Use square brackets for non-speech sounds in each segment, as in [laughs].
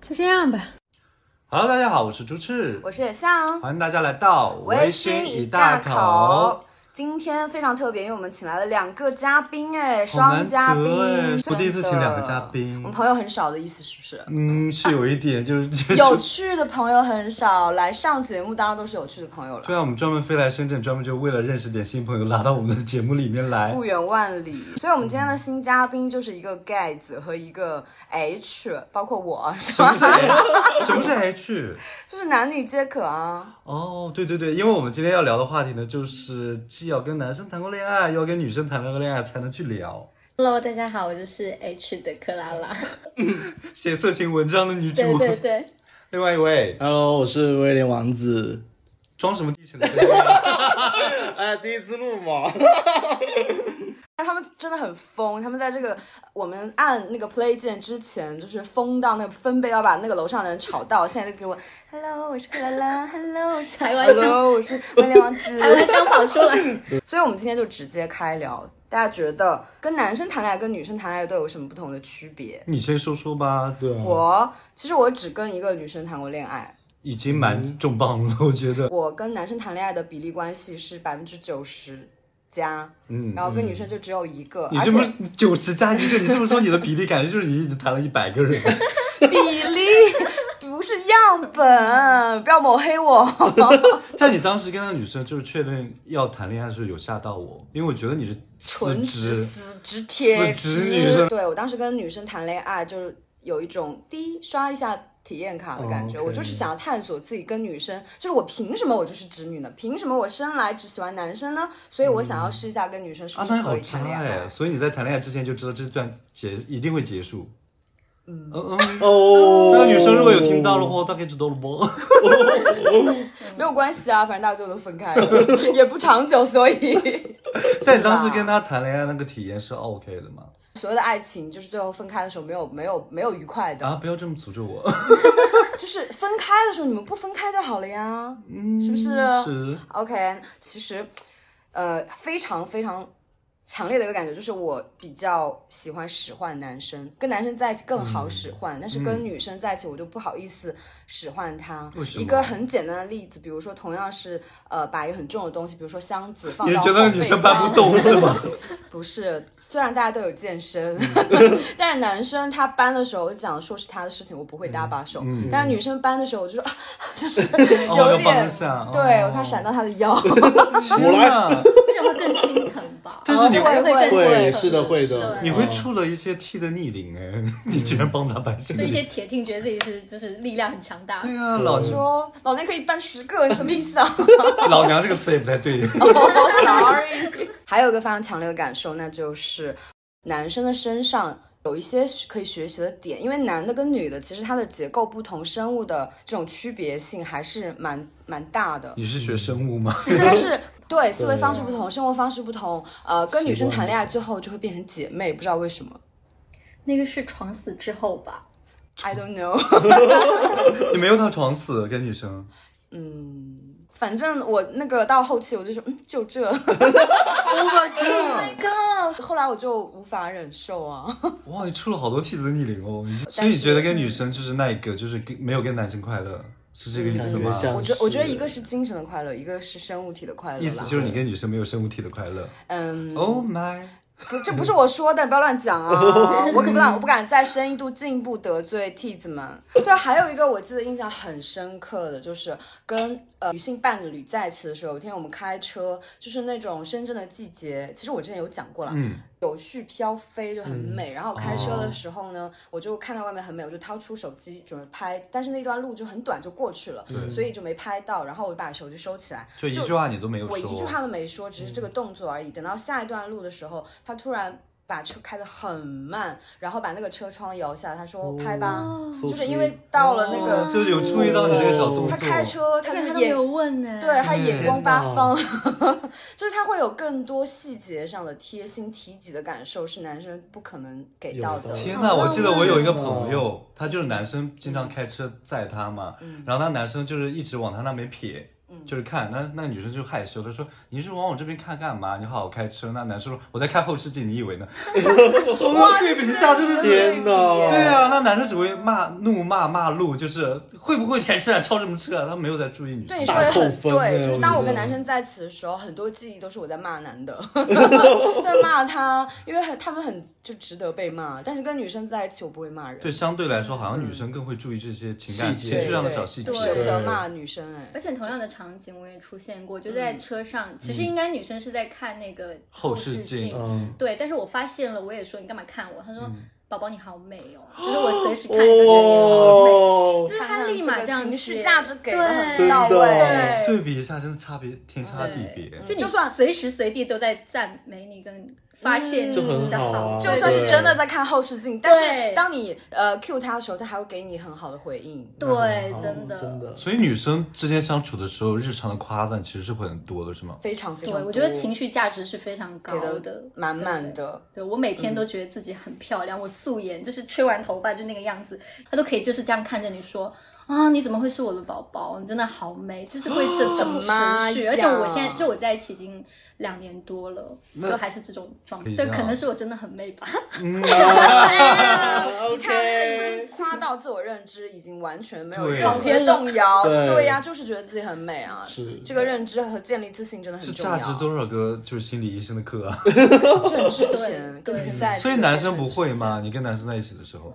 就这样吧。 Hello，大家好，我是朱赤，我是野象，欢迎大家来到微醺醺一一大大口口。。今天非常特别，因为我们请来了两个嘉宾，哎，好难双嘉宾得哎，真的我第一次请两个嘉宾我们朋友很少的意思是不是？嗯，是有一点，就是 [laughs] 就有就趣的朋友很少，来上节目当然都是有趣的朋友就了，像我们专门飞来深圳，专门就为了认识点新朋友，拉到我们的节目里面来。不远万里。所以，我们今天的新嘉宾就是一个盖子和一个 H，包括我，是什吧么？是 H？什么是 H？ [laughs] 就是男女皆可啊。哦，对对对，因为我们今天要聊的话题呢，就是既要跟男生谈过恋爱，又要跟女生谈了个恋爱，才能去聊 Hello，大家好，我就是 H 的克拉拉。写色情文章的女主。对对对，另外一位 Hello，我是威廉王子。装什么低沉的声音啊？哎，第一次录嘛。但他们真的很疯，他们在这个我们按那个 play 键之前，就是疯到那个分贝要把那个楼上的人吵到。现在就给我 hello，我是克拉拉，hello，我是台湾腔 hello，我是威廉王子。 [laughs] 台湾腔哎跑出来。 [laughs] 所以我们今天就直接开聊，大家觉得跟男生谈恋爱跟女生谈恋爱都有什么不同的区别？你先说说吧。对啊，我其实我只跟一个女生谈过恋爱，已经蛮重磅了，我觉得。我跟男生谈恋爱的比例关系是百分之九十加，嗯，然后跟女生就只有一个，你而这么且九十加一个，你这么说你 [laughs] 的比例感觉就是你已经谈了一 [laughs] 百个人。比例 [laughs] 不是样本，不要抹 [laughs] 黑我。在你当时跟那个女生就是确认要谈恋爱的时候，有吓到我，因为我觉得你是辞纯直职，死直铁死直女直。对我当时跟女生谈恋爱，就是有一种第一刷一下体验卡的感觉。哦 OK 我就是想要探索自己跟女生，就是我凭什么我就是直女呢？凭什么我生来只喜欢男生呢？所以我想要试一下跟女生是啊不，是那你可好以渣谈恋爱。哎！所以你在谈恋爱之前就知道这段结一定会结束。哦嗯嗯嗯，哦那个女生如果有听到的话，大概知道了不？ [laughs] 没有关系啊，反正大家最后都分开了， [laughs] 也不长久，所以 [laughs] 但你当时跟她谈恋爱那个体验是 OK 的吗？所有的爱情就是最后分开的时候没有没有没有愉快的，啊，不要这么诅咒 [laughs] 我。就是分开的时候你们不分开就好了呀，是不是？嗯是 OK，其实，呃，非常非常强烈的一个感觉就是，我比较喜欢使唤男生，跟男生在一起更好使嗯唤，但是跟女生在一起我就不好意思使唤她。为什么一个很简单的例子，比如说同样是呃把一个很重的东西，比如说箱子放你是到觉得后女备生搬箱不，动是 [laughs] 吗？不是，虽然大家都有健身，嗯 [laughs] 但是男生他搬的时候，我就讲说是他的事情，我不会搭嗯把手。但是女生搬的时候，我就说 [laughs] 啊， [laughs] 就是有要一帮点，一下哦对我怕闪到他的 [laughs] 腰。我 [laughs] 来。而且会更心疼吧？但是你会会更会心疼会是的会的对你会触了一些 T 的逆鳞哎， [laughs] 你居然帮他搬行对一些李。铁定觉得自己是就是力量很强大。对啊，老娘说 [laughs] 老娘可以搬十个，什么意 [laughs] 思啊哦老娘这个词也不太对。 ？Sorry。还有一个非常强烈的感受，那就是男生的身上有一些可以学习的点，因为男的跟女的其实它的结构不同，生物的这种区别性还是蛮蛮大 [laughs] 的。你是学生物吗？但是对思维方式不同，生活方式不同，呃，跟女生谈恋爱最后就会变成姐妹，不知道为什么。那个是床死之后吧？ I don't know。 [laughs] [laughs] 你没有他床死跟女生，嗯反正我那个到后期我就说，嗯，就这。 My God！后来我就无法忍受啊。哇，你触了好多 T 的逆鳞哦。你所但以是你觉得跟女生就是那一个，就是跟没有跟男生快乐，是这个意思吗感觉？像我觉我觉得一个是是精神的快乐，一个是生物体的快乐啦。意思就是你跟女生没有生物体的快乐。嗯， Oh my，不，这不是我说的，不要乱讲啊！我可不敢，我不敢再深一度进一步得罪 T 子们。对，啊还有一个我记得印象很深刻的就是跟呃女性伴侣在一起的时候，有一天我们开车，就是那种深圳的季节，其实我之前有讲过了，嗯柳絮飘飞就很美。然后开车的时候呢，我就看到外面很美，我就掏出手机准备拍，但是那段路就很短就过去了，所以就没拍到。然后我把手机收起来，就一句话你都没有我一句说。话都没说，只是嗯这个动作而已。等到下一段路的时候，他突然把车开得很慢，然后把那个车窗摇下，他说：“拍吧。就是因为到了那个，哦就有注意到你这个小动作。他开车，而他且他就都是没眼有问呢。对他眼光八嗯方， [laughs] 就是他会有更多细节上的贴心提及的感受，是男生不可能给到的。有的天呐，我记得我有一个朋友，他就是男生经常开车载他嘛，然后那男生就是一直往他那边撇，就是看，那那女生就害羞，她说你是往我这边看干嘛？你好好开车。那男生说我在开后视镜，你以为呢？我们对比一下，真的是。天哪！对啊，那男生只会骂怒骂骂路，就是会不会开车啊，超什么车啊？他没有在注意女生。对你说的很大扣分哎对，就是当我我觉跟得男生在一起的时候，很多记忆都是我在骂男的，在骂他，因为很他们很就值得被骂。但是跟女生在一起，我不会骂人，对，相对来说，好像女生更会注意这些情感、细节情绪上的对小细节对。舍不得骂女生哎。而且同样的场景我也出现过，就在车上，其实应该女生是在看那个后视视镜嗯，对，但是我发现了，我也说你干嘛看我？他说。宝宝你好美哦，就是我随时看他觉得你哦好美，就是他立马这样情接绪价值给的很对到真的位。对对比一下，真的差别天差地别。就你就算随时随地都在赞美你，跟发现你就很的好啊对就算是真的在看后视镜，但是对当你呃 Q 他的时候，他还会给你很好的回应。对，哦真的，真的，所以女生之间相处的时候，日常的夸赞其实是会很多的，是吗？非常非对常多，我觉得情绪价值是非常高给的的，满满对。 [laughs] 的。对我每天都觉得自己很漂亮，我素颜就是吹完头发就那个样子，他都可以就是这样看着你说啊，你怎么会是我的宝宝？你真的好美，就是会这种啊妈持续。呀而且我现在就我在一起已经两年多了，就还是这种状态。以这对，样可能是我真的很媚吧。你看，他已经夸到自我认知已经完全没有对任何的动摇。对对呀，就是觉得自己很美啊。是这个认知和建立自信真的这很重价要。值多少个就是心理医生的课啊？就很值钱，跟对对女生在一起嗯 [laughs] 所以男生不就会哎是很值钱？吗？你跟男生在一起的时候，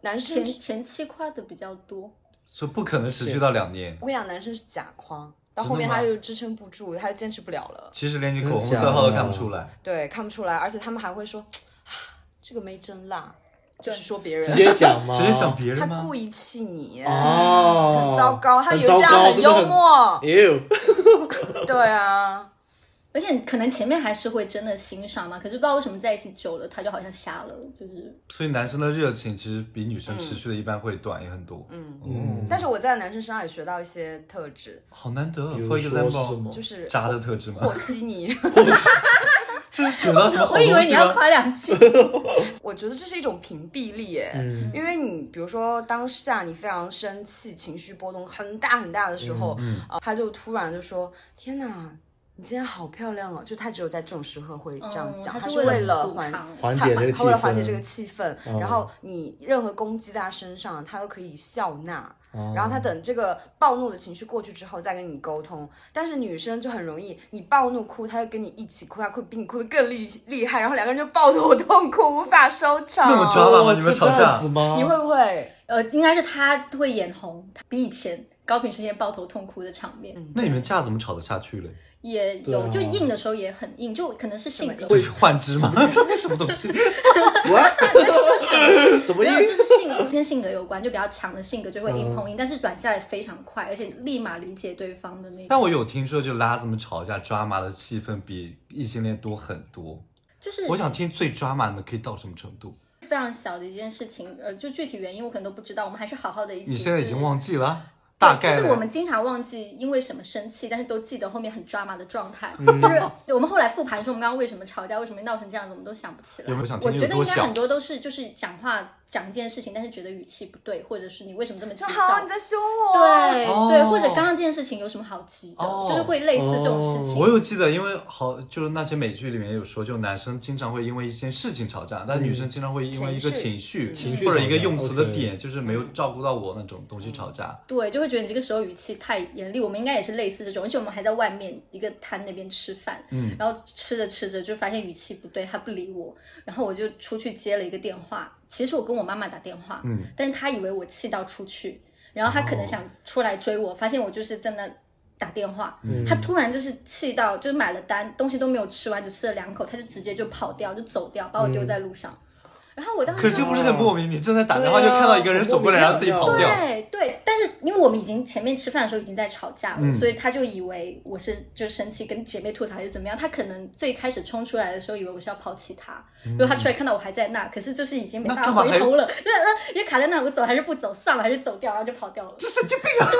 男前生是，前期夸的比较多，说不可能持续到两年。我跟你讲，男生是假夸，到真的后面吗他就支撑不住，他就坚持不了了。其实连你口红真的假色的号都看不出来，对，看不出来，而且他们还会说，啊这个没真辣，就是说别直人，接讲吗？直接讲别他人吗故？意气你，哦，很糟糕，他以为糟这样糕很幽。默，真的很 Ew，对啊，而且可能前面还是会真的欣赏嘛，可是不知道为什么在一起久了，他就好像瞎了，就是所以男生的热情其实比女嗯生持续的一般会短也很多。嗯，嗯，但是我在男生身上也学到一些特质，好难得。啊比 For 如说是什 example，么？就是渣的特质吗？和稀泥， [laughs] 这是学到什么好我以东为你西要吗？夸 [laughs] 两句，我觉得这是一种屏蔽力耶，因为你比如说当下你非常生气，情绪波动很大很大的时候，呃他就突然就说：“天哪，你今天好漂亮哦！”就他只有在这种时刻会这样讲，哦嗯他他是是为为了了缓补偿缓他解这个他气为了缓解氛嗯这个气氛，然后你任何攻击在他身上，他都可以笑纳。哦然后他等这个暴怒的情绪过去之后再跟你沟通，但是女生就很容易，你暴怒哭，她就跟你一起哭，她哭比你哭得更厉厉害，然后两个人就抱头痛哭，无法收场。那么抓哦吗？你们吵这架样子？吗？你会不会？呃，应该是他会眼红，他比以前高频出现抱头痛哭的场面，嗯那你们架怎么吵得下去 [laughs] 嘞？也有、对啊就硬的时候也很硬，就可能是性格，啊会换肢吗？ [laughs] 什么东西？ What？什么没意有，思？就是性格跟性格有关，就比较强的性格就会嗯硬碰硬，但是软下来非常快，而且立马理解对方的那种。但我有听说，就拉子们吵架抓马的气氛比异性恋多很多。就是我想听最抓马的可以到什么程度？非常小的一件事情，呃，就具体原因我可能都不知道，我们还是好好的一起。你现在已经就是忘记了，大概就是嘞我们经常忘记因为什么生气，但是都记得后面很抓马的状态。嗯就是我们后来复盘说我们刚刚为什么吵架，为什么闹成这样子，我们都想不起来。有没有想听我你觉有得多应该小很？多都是就是讲话讲一件事情，但是觉得语气不对，或者是你为什么这么急就好，躁你？在凶我。对、哦对，或者刚刚这件事情有什么好急的，哦就是会类似这种事情。我有记得，因为好就是那些美剧里面有说，就男生经常会因为一件事情吵架，但女生经常会因为一个情绪、情绪或者吵一个架用词的，OK 点，就是没有照顾到我那种东西吵架。对，就会觉得你这个时候语气太严厉。我们应该也是类似这种，而且我们还在外面一个摊那边吃饭，嗯，然后吃着吃着就发现语气不对，他不理我，然后我就出去接了一个电话。其实我跟我妈妈打电话，嗯，但是她以为我气到出去，然后她可能想出来追我，发现我就是在那。打电话，她突然就是气到，就是买了单，东西都没有吃完，只吃了两口，她就直接就跑掉，就走掉，把我丢在路上。然后我当时可是就这不是很莫名？你正在打电话就对啊看到一个人走过来，莫名其然后自己妙跑掉。对对，但是因为我们已经前面吃饭的时候已经在吵架嗯了，所以他就以为我是就生气跟姐妹吐槽还是怎么样。他可能最开始冲出来的时候以为我是要抛弃他，因为他出来看到我还在那，可是就是已经嗯没那办干法嘛还回头了，就是呃也卡在那，我走还是不走，算了还是走掉，然后就跑 [laughs] 掉了。这神经病啊！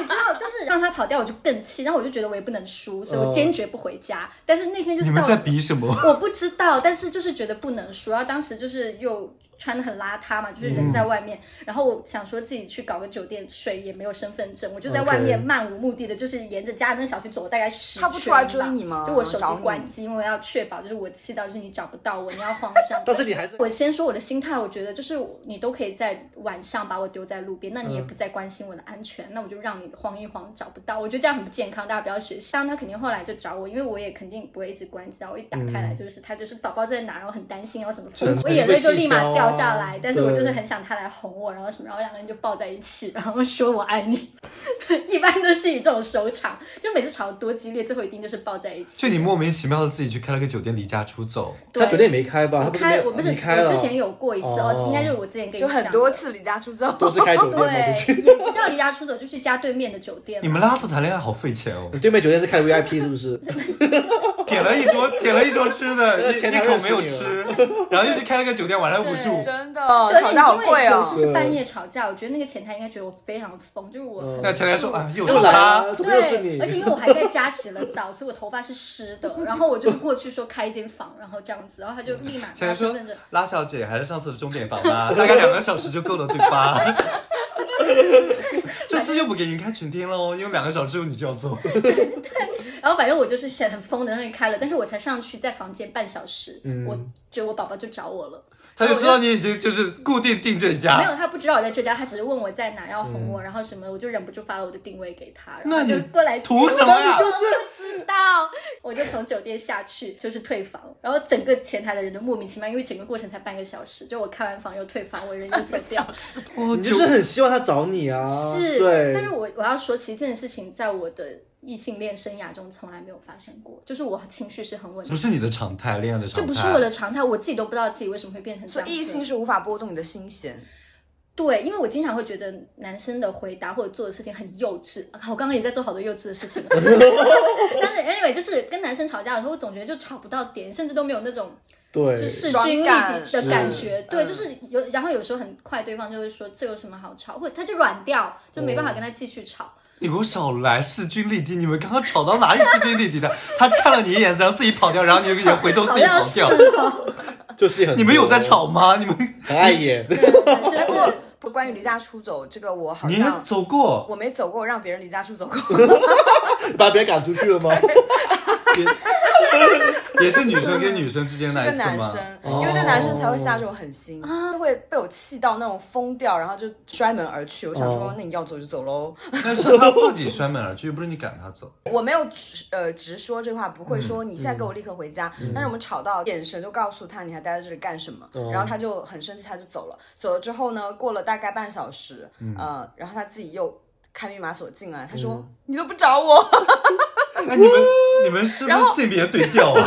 你知道，就是让他跑掉我就更气，然后我就觉得我也不能输，所以我坚决不回家。但是那天就呃你是们到在比什么？ [laughs] 我不知道，但是就是觉得不能输。然后当时就是就是又穿的很邋遢嘛，就是人在外面，然后我想说自己去搞个酒店睡，也没有身份证，我就在 OK 外面漫无目的的，就是沿着家里那小区走，大概十他不圈出来吧追你吗就我手找机你关机，因为我要确保就是我气到就是你找不到我，你要慌张 [laughs] 。但是你还是我先说我的心态，我觉得就是你都可以在晚上把我丢在路边，那嗯你也不再关心我的安全，那我就让你慌一慌找不到，我觉得这样很不健康，大家不要学习。当然他肯定后来就找我，因为我也肯定不会一直关机啊，我一打开嗯来就是、他就是宝宝在哪，然后很担心，然后什么真，我的眼会泪就气立马消掉啊下来，但是我就是对很想他来哄我，然后什么，然后两个人就抱在一起，然后说我爱你， [laughs] 一般都是以这种收场，就每次吵得多激烈，最后一定就是抱在一起。就你莫名其妙的自己去开了个酒店，离家出走，对他酒店也没开啊吧？我他不是开没我不是你开我了之前有过一次哦，哦应该就是我之前跟你就很讲多的次离家出走，都是开酒店吗？[laughs] 不对，是，也不叫离家出走，就去家对面的酒店你。们拉次谈恋爱好费钱哦，你对面酒店是开 VIP 是不是？点了一桌，点了一桌吃 [laughs] 的，一前一台口认没识有你了吃，然后又去开了个酒店，晚上又不住。真的对，吵架好贵因为有哦次。是半夜吵架，我觉得那个前台应该觉得我非常疯，就是我很。那前台说啊，又是又来他，了，怎么又是对，你而？且因为我还在家洗了澡，所以我头发是湿的。然后我就过去说开一间房，然后这样子，然后他就立马前拿台说身份证。拉小姐还是上次的钟点房吧， [laughs] 大概两个小时就够了，对 [laughs] 吧？这次又不给你开全天喽，因为两个小时之后你就要 [laughs] 走。然后反正我就是想很疯的，让你开了，但是我才上去在房间半小时，嗯我就我宝宝就找我了。他就知道你已经就是固定定这没家。有，他不知道我在这家，他只是问我在哪，要哄我，然后什么，我就忍不住发了我的定位给他，嗯然后那他就你过来图接什么呀？到，我就从酒店下去，就是退房，然后整个前台的人都莫名其妙，因为整个过程才半个小时，就我开完房又退房，我人又走掉。我你就是很希望他找你啊，是，对但，是我我要说，其实这件事情在我的异性恋生涯中从来没有发生过，就是我情绪是很稳定不的，是你的常态，恋爱的常态。这不是我的常态，我自己都不知道自己为什么会变成这所样以异子性是无法波动你的心弦，对，因为我经常会觉得男生的回答或者做的事情很幼稚，啊我刚刚也在做好多幼稚的事情。但是 anyway，就是跟男生吵架的时候，我总觉得就吵不到点，甚至都没有那种就对，势爽均力感敌的感觉。是对，嗯就是有，然后有时候很快对方就会说这有什么好吵，或者他就软掉，就没办法跟他继续吵。你给我少来势均力敌！你们刚刚吵到哪里势均力敌的？他看了你一眼，然后自己跑掉，然后你又回头自 [laughs] 好己跑像是掉。哦，就是 [laughs] 很你们有在，吵 [laughs] 吗？你们很碍眼。就是不关于离家出走这个，我好你还像走过？我没走过让别人离家出走过， [laughs] 把别人赶出 [laughs] 去了吗？也是女生跟女生之间是那个一次男吗哦生？，因为对男生才会下这种狠心，就会被我气到那种疯掉，然后就摔门而去。我想说哦，那你要走就走喽，那是他自己摔门而去，又不是你赶他 [laughs] 走。我没有直呃直说这话，不会嗯说你现在给我立刻回家。但是我们吵到眼神就告诉他你还待在这里干什么，哦然后他就很生气，他就走了。走了之后呢，过了大概半小时，嗯呃，然后他自己又开密码锁进来，他说、你都不找我，那哎你们你们是不是性别对调 [laughs] 啊？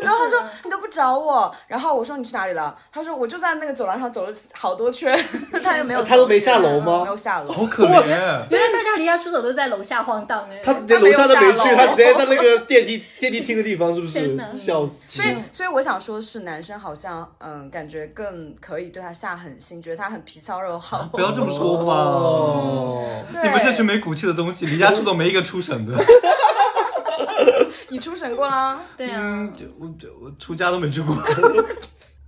然后他说你都不找我，然后我说你去哪里了？他说我就在那个走廊上走了好多圈， [laughs] 他又没有走，他都没下楼吗没有下楼。好可怜。原来大家离家出走都在楼下晃荡哎。他连楼下都没去，他直接在那个电梯电梯厅的地方，是不天是哪？笑死！所以，所以我想说，是男生好像，嗯，感觉更可以对他下狠心，觉得他很皮糙肉厚。不要这么说嘛！哦，对啊你们这群没骨气的东西，离家出走没一个出省的。 [laughs] 你出神过啦？对啊，就我就我出家都没出 [laughs] 过。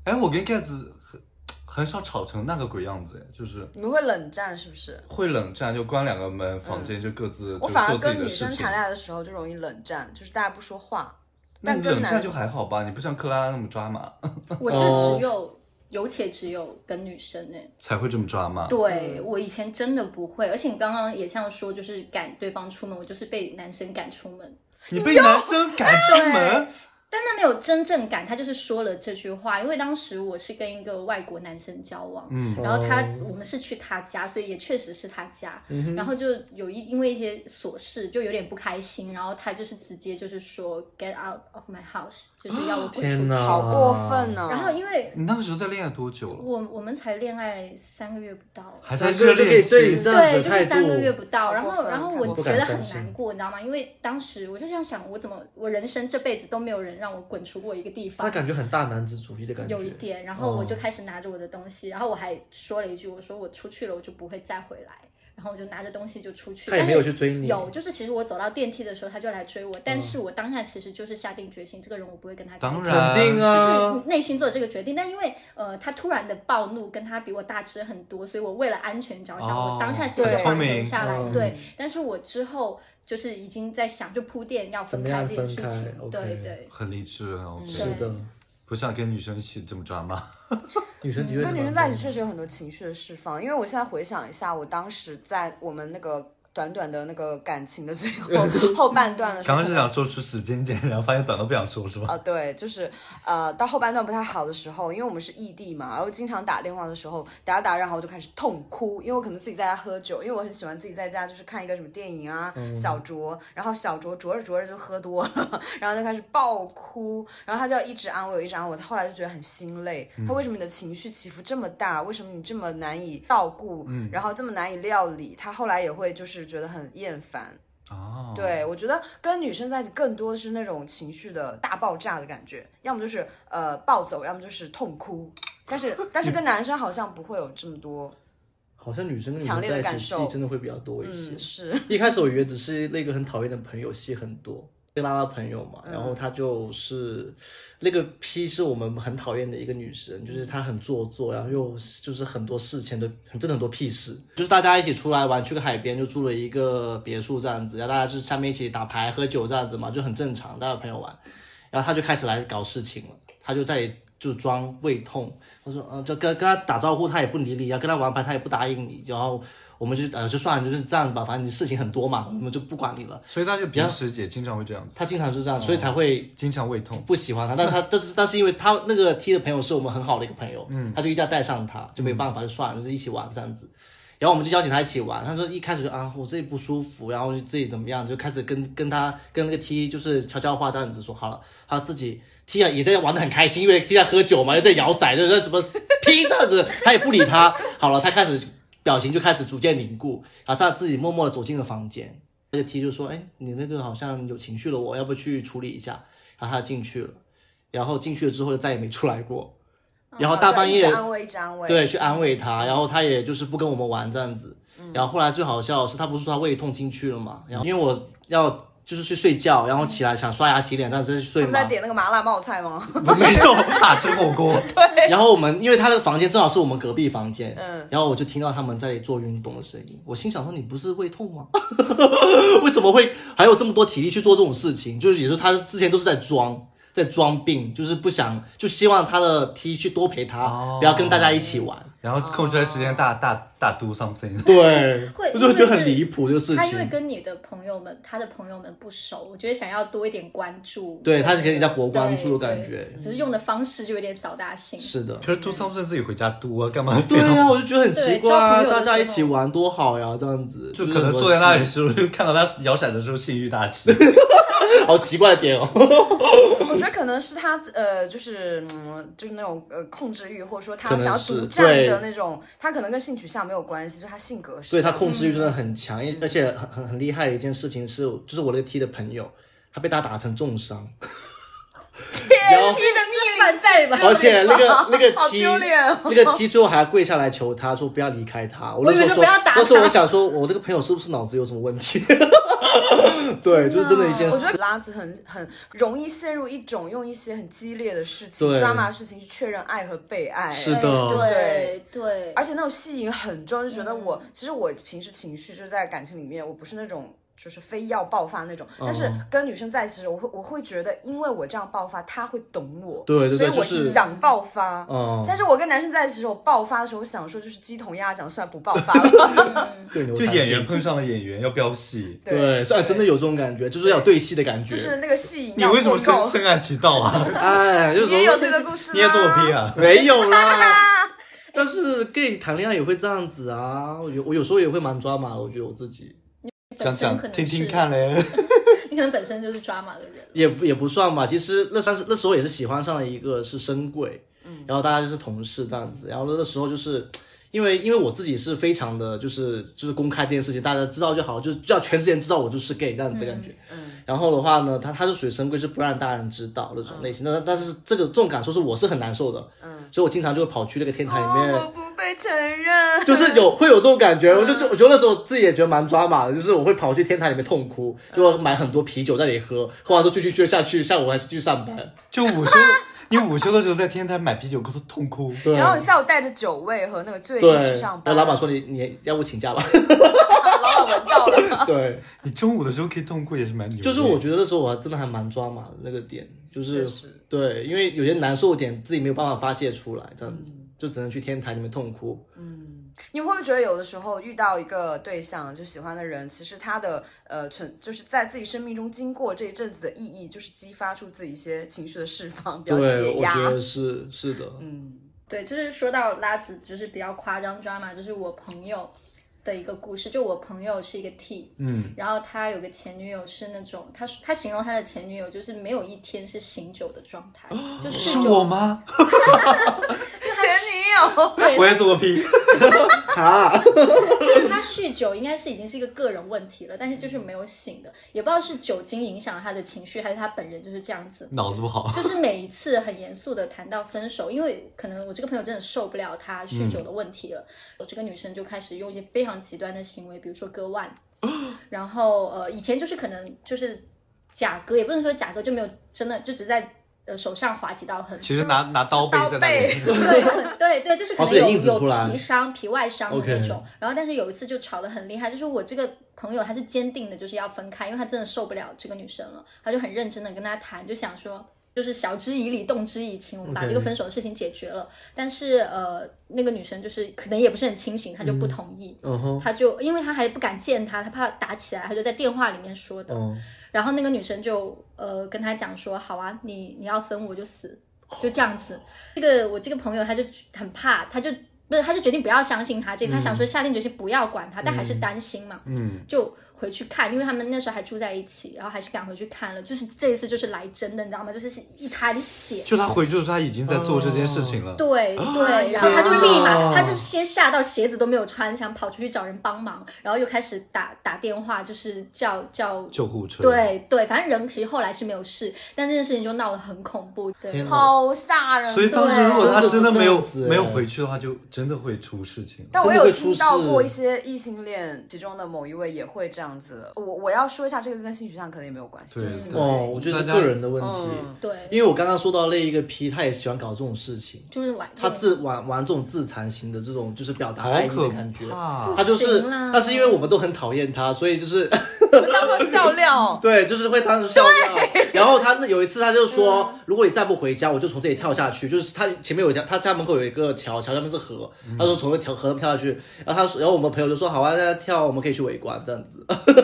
哎，我跟盖子很很少吵成那个鬼样子，哎，就是你们会冷战是不是？会冷战，就关两个门，房间就各自我就反做而自啊跟己女的事生情谈。恋爱的时候就容易冷战，就是大家不说话。那但你跟冷男战就还好吧，你不像克拉拉那么抓 [laughs] 马，我就只有，有且只有跟女生哎。才会这么抓马。对我以前真的不会，而且你刚刚也像说，就是赶对方出门，我就是被男生赶出门，你被男生赶出门，但他没有真正赶，他就是说了这句话。因为当时我是跟一个外国男生交往，嗯，然后他、我们是去他家，所以也确实是他家，嗯然后就有一因为一些琐事就有点不开心，然后他就是直接就是说 get out of my house，就是要我滚出天去。哪，好过分啊呢、啊然后因为你那个时候在恋爱多久了？我我们才恋爱三个月不到，还在三个热月就可恋以对期你？这样子对，的就态是度，三个月不到，然过后分然后太我过觉分得不敢很相信难过，你知道吗？因为当时我就这样想，我怎么我人生这辈子都没有人让我滚出过一个地他方，感觉很大男子主义的感觉，嗯有一点，然后我就开始拿着我的东西，然后我还说了一句，我说我出去了，我就不会再回来。然后我就拿着东西就出去。他也没有去追你嗯但是有，就是其实我走到电梯的时候，他就来追我，但是我当下其实就是下定决心，这个人我不会跟他在一起当然肯定就啊，是内心做这个决定，但因为呃，他突然的暴怒，跟他比我大只很多，所以我为了安全着想，哦我当下其实对缓和下来，聪明嗯对。但是我之后就是已经在想，就铺垫要分开这件事怎么情样，分开对 OK 对。很啊理智，很 OK 是是的，不想跟女生一起这么抓嘛。女生的确跟女生在一起确实实有很多情绪的释放，因为我现在回想一下，我当时在我们那个短短的那个感情的最后后半段的时刚候刚，是想说出时间点，然后发现短都不想说，是吧？啊，对，就是呃，到后半段不太好的时候，因为我们是异地嘛，然后经常打电话的时候打着打着，然后我就开始痛哭，因为我可能自己在家喝酒，因为我很喜欢自己在家就是看一个什么电影啊，小酌，然后小酌酌着酌着就喝多了， [laughs] 然后就开始爆哭，然后他就要一直安慰我，一直安慰我，他后来就觉得很心累，他为什么你的情绪起伏这么大？为什么你这么难以照顾？然后这么难以料理？他后来也会就是觉得很厌烦。哦，对，我觉得跟女生在一起更多的是那种情绪的大爆炸的感觉，要么就是呃暴走，要么就是痛哭。但 [laughs] 是但是跟男生好像不会有这么多，好像女生跟女强生烈的在一感起受戏真的会比较多一些。嗯，是一开始我以为只是那个很讨厌的朋友戏很多，就拉拉朋友嘛，然后她就是那个 P 是我们很讨厌的一个女生，就是她很做作，然后又就是很多事情都很真的很多屁事，就是大家一起出来玩，去个海边就住了一个别墅这样子，然后大家就是下面一起打牌喝酒这样子嘛，就很正常，大家朋友玩，然后她就开始来搞事情了，她就在。就装胃痛，她说，嗯、就跟跟她打招呼，她也不理你，啊然后跟她玩牌，她也不答应你，然后我们就呃就算了，就是这样子吧，反正你事情很多嘛，我们就不管你了。所以他就平时也经常会这样子，他经常就这样，所以才会经常胃痛。不喜欢他。但是他但是但是因为他那个 T 的朋友是我们很好的一个朋友，嗯，他就一定要带上他，就没有办法，就算了，就是一起玩这样子。然后我们就邀请他一起玩，他说一开始就啊我这里不舒服，然后就自己怎么样，就开始跟跟他跟那个 T 就是悄悄话这样子说好了，他自己 T 啊也在玩的很开心，因为 T 在喝酒嘛，又在摇骰子，在什么 [laughs] 拼这样子，他也不理他。好了，他开始表情就开始逐渐凝固，然后他自己默默的走进了房间。那个 T 就说：“哎，你那个好像有情绪了，我要不去处理一下？”然后他进去了，然后进去了之后就再也没出来过。然后大半夜哦呃就一直安慰一直安慰，对，去安慰他，然后他也就是不跟我们玩这样子。嗯然后后来最好笑的是，他不是说他胃痛进去了嘛？然后因为我要就是去睡觉，然后起来想刷牙洗脸，但是去他睡们在嘛。点那个麻辣冒菜吗？ [laughs] 没有大吃火锅， [laughs] 然后我们因为他的房间正好是我们隔壁房间，嗯，然后我就听到他们在做运动的声音，我心想说你不是胃痛吗？ [laughs] 为什么会还有这么多体力去做这种事情？就是也就是他之前都是在装。在装病，就是不想，就希望他的 T 去多陪他，哦不要跟大家一起玩。然后空出来时间啊大大大 do something。对，会我就觉得很会是离谱这个事他因为情。跟你的朋友们，他的朋友们不熟，我觉得想要多一点关注，对他是给人家博关注的感对对觉只是用的方式就有点扫大兴。是的，可是 do something 自己回家 do 啊，干嘛非对要？啊，我就觉得很奇怪啊，对交朋友的时大候家一起玩多好呀，这样子就就可能是坐在那里很的时候，就看到他摇骰的时候性欲大起。 [laughs] 好奇怪的点哦。我觉得可能是他呃，就是嗯，就是那种呃控制欲，或者说可他能想要是独占对的那种，他可能跟性取向没有关系，就他性格是所以这他样。控制欲真的很强，嗯因而且很很很厉害的一件事情是，就是我那个 T 的朋友，他被他打成重伤，天气的逆鳞在这里吧，而且那个那个 T 好丢脸哦。那个 T 最后还跪下来求他说不要离开他。我那时以为是候不说，要打那时候他我想说，我这个朋友是不是脑子有什么问 [laughs] 题？对，就是真的一件我事觉。得拉子很很容易陷入一种用一些很激烈的事情、对抓马的事情去确认爱和被爱。是的对对，而且那种戏瘾很重，就觉得我、其实我平时情绪就在感情里面，我不是那种就是非要爆发那种，嗯但是跟女生在一起的时候，我会我会觉得，因为我这样爆发，她会懂我，对对对所以我就是想爆发。嗯但是我跟男生在一起的时候，我爆发的时候，我想说就是鸡同鸭讲，算不爆发 [laughs] 了。对牛就弹演琴员碰上了演员，要飙戏。对，是啊，真的有这种感觉，就是要有对戏的感觉。就是那个戏瘾你要为什么不深够。深谙其道啊？ [laughs] 哎，就是也有这个故事吗？你也做过 P 啊？ [laughs] 没有啦。但是 gay 谈恋爱也会这样子啊，我有我有时候也会蛮抓马的，我觉得我自己讲本身讲可能听听是看嘞。你可能本身就是抓马的人。也不也不算吧。其实那当时那时候也是喜欢上了一个是深柜，然后大家就是同事这样子，然后那时候就是。因为因为我自己是非常的，就是就是公开这件事情，大家知道就好，就是让全世界人知道我就是 gay 这样子的感觉。然后的话呢，他他是属于深柜，是不让大人知道那种类型。但、但是这个这种感受是我是很难受的，嗯，所以我经常就会跑去那个天台里面。哦我不被承认， [laughs] 就是有会有这种感觉，嗯我就就我觉得那时候自己也觉得蛮抓马的，就是我会跑去天台里面痛哭，嗯就我买很多啤酒在那里喝，喝完之后继续去下去，下午还是继续上班。就午休，你午休的时候在天台买啤酒，哭痛哭。对，然后你下午带着酒味和那个醉意对去，上然后班，老板说你你要不请假吧？ [laughs] 老板闻到了， [laughs] 对，你中午的时候可以痛哭也是蛮牛的。就是我觉得那时候我还真的还蛮抓马的那个点，就是确实对，因为有些难受的点自己没有办法发泄出来，这样嗯子、就只能去天台里面痛哭。你会不会觉得有的时候遇到一个对象就喜欢的人，其实他的呃存就是在自己生命中经过这一阵子的意义，就是激发出自己一些情绪的释放，比较对，解我压。觉得是是的，嗯，对，就是说到拉子，就是比较夸张 drama，就是我朋友的一个故事。就我朋友是一个 T，嗯，然后他有个前女友是那种，他他形容他的前女友就是没有一天是醒酒的状态， [gasps] 就是是我吗？前女友，对，我也做过屁。就是他酗酒应该是已经是一个个人问题了，但是就是没有醒的，也不知道是酒精影响他的情绪，还是他本人就是这样子。脑子不好。就是每一次很严肃的谈到分手，因为可能我这个朋友真的受不了他酗酒的问题了，我这个女生就开始用一些非常极端的行为，比如说 [gasps] 割腕，然后呃，以前就是可能就是假割，也不能说假割，就没有真的就只是在呃手上划几道痕，其实拿拿刀背在那里，对很对对，就是可哦能这有也印子出有来皮伤、皮外伤的 OK 那种。然后，但是有一次就吵得很厉害，就是我这个朋友他是坚定的，就是要分开，因为他真的受不了这个女生了，他就很认真的跟她谈，就想说。就是晓之以理，动之以情，我们把 OK 这个分手的事情解决了。但是呃，那个女生就是可能也不是很清醒，她就不同意，嗯哼，她就因为她还不敢见他，她怕打起来，她就在电话里面说的。嗯，然后那个女生就呃跟他讲说，好啊，你你要分我就死，就这样子。这个我这个朋友他就很怕，他就不是他就决定不要相信他这个，他想说下定决心不要管他，但还是担心嘛，嗯，就回去看，因为他们那时候还住在一起，然后还是赶回去看了。就是这一次就是来真的，你知道吗？就是一滩血。 [laughs] 就他回去的时候他已经在做这件事情了。对对，然后他就立马，他就先吓到鞋子都没有穿，想跑出去找人帮忙，然后又开始打打电话，就是叫叫救护车，，对对，反正人其实后来是没有事，但这件事情就闹得很恐怖。对天，哪 [laughs] 好吓人。所以当时对如果他真的没真有的是这样子哎没有回去的话，就真的会出事情。但我真的有会出听到事过一些异性恋，其中的某一位也会这样子。我我要说一下，这个跟性取向可能也没有关系，对就是性格哦，原我因觉得是大家个人的问题，嗯对，因为我刚刚说到那一个 P，他也喜欢搞这种事情。就是玩他自玩玩这种自残型的这种就是表达爱意的感觉好可怕，他就是不行啦，但是因为我们都很讨厌他，所以就是。我们当做笑料对，就是会当时笑掉。然后他那有一次他就说，嗯如果你再不回家，我就从这里跳下去。就是他前面有一条，他家门口有一个桥，桥下面是河，嗯他说从那条河跳下去。然后他说，然后我们朋友就说，好啊，那跳，我们可以去围观这样子。 [laughs]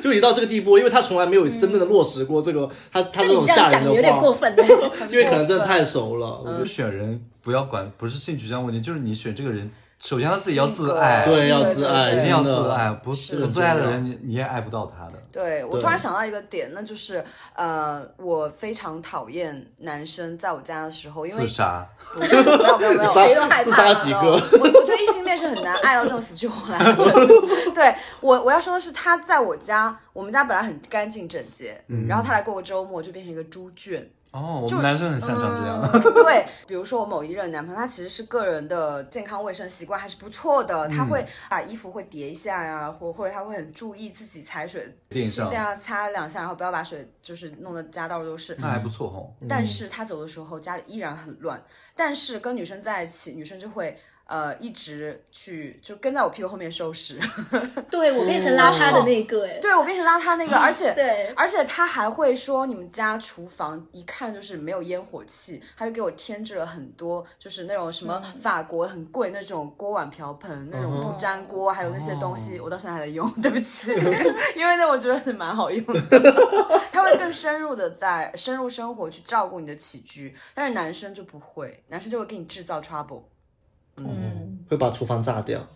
就已经到这个地步，因为他从来没有真正的落实过这个他他那这种你这吓样人讲的有点过话，分嗯了。因为可能真的太熟了，我觉得就选人不要管，不是性取向问题，就是你选这个人，首先他自己要自爱，对，要对自对爱，啊对一定要真的自爱，不是不自爱的人你你也爱不到他的。对我对突然想到一个点，那就是呃，我非常讨厌男生在我家的时候，因为自杀，不是没有没有没有， [laughs] 呃杀谁都害怕自杀几我个？我觉得异性恋是很难爱到这种死去活来的。真的 [laughs] 对我我要说的是，他在我家，我们家本来很干净整洁，然后他来过个周末就变成一个猪圈。哦，我们男生很擅长这样。 [laughs] 对，比如说我某一任男朋友，他其实是个人的健康卫生习惯还是不错的，他会把衣服会叠一下呀、或或者他会很注意自己踩水，垫上这样啊擦两下，然后不要把水就是弄得家到处都是。那还不错哦，嗯但是他走的时候家里依然很乱，但是跟女生在一起，女生就会呃一直去就跟在我屁股后面收拾，对我变成邋遢的那个，哎，对我变成邋遢那个，而且对而且他还会说你们家厨房一看就是没有烟火气，他就给我添置了很多就是那种什么法国很贵那种锅碗瓢盆、那种不粘锅，还有那些东西，我到现在还在用， [laughs] 对不起，因为那我觉得蛮好用的。 [laughs] 他会更深入的在深入生活去照顾你的起居，但是男生就不会，男生就会给你制造 trouble，嗯，会把厨房炸掉。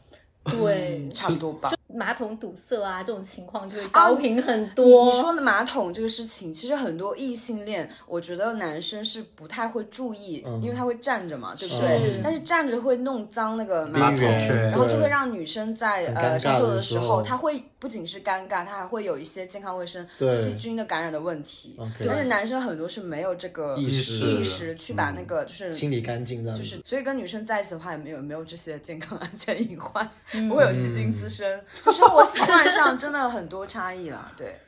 对，差不多吧。马桶堵塞啊这种情况就会高频很多。你哦说的马桶这个事情，其实很多异性恋，我觉得男生是不太会注意，嗯因为他会站着嘛，对不对？但是站着会弄脏那个马桶，边缘然后对就会让女生在很呃尴尬上厕所的的时时候候，她会不仅是尴尬，她还会有一些健康卫生对细菌的感染的问题。 OK 但是男生很多是没有这个意识嗯意识去把那个就是清理干净这样子。就是，所以跟女生在一起的话，也没有没有这些健康 [laughs] 安全隐患，嗯不会有细菌滋生，就生活习惯上真的很多差异啦。对，哎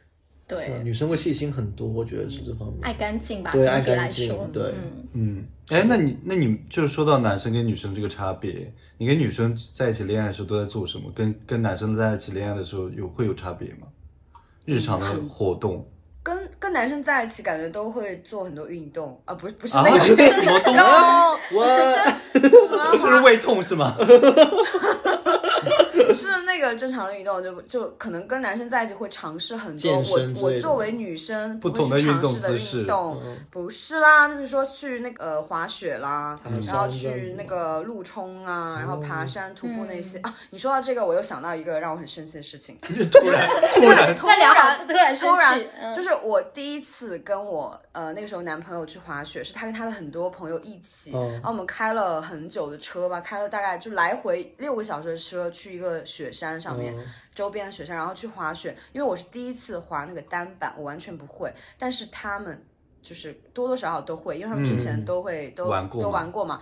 对，呃女生会细心很多，我觉得是这方面。爱干净吧，对总体爱来干净说，对嗯，嗯，哎，那你那你就是说到男生跟女生这个差别，你跟女生在一起恋爱的时候都在做什么？跟跟男生在一起恋爱的时候有会有差别吗？日常嗯的活动，跟跟男生在一起，感觉都会做很多运动啊，不是不是啊那个什 [laughs] 么东西高哇，什 [laughs] 么就是滑胃痛是 [laughs] 吗？是那个正常的运动，就就可能跟男生在一起会尝试很多健我身之类的我作为女生不不同的会去运尝动试的姿势嗯运动，不是啦，就比如说去那个呃滑雪啦，然后山这样子去吗那个路冲啊，哦然后爬嗯山、徒步那些啊。你说到这个，我又想到一个让我很生气的 [laughs] 事情，突然突然，突再聊好然突然生突然气，嗯就是我第一次跟我呃那个时候男朋友去滑雪，是他跟他的很多朋友一起，嗯然后我们开了很久的车吧，开了大概就来回六个小时的车去一个雪山上面，嗯周边的雪山，然后去滑雪。因为我是第一次滑那个单板，我完全不会，但是他们就是多多少少都会，因为他们之前都会、都嗯玩过都嘛玩过嘛，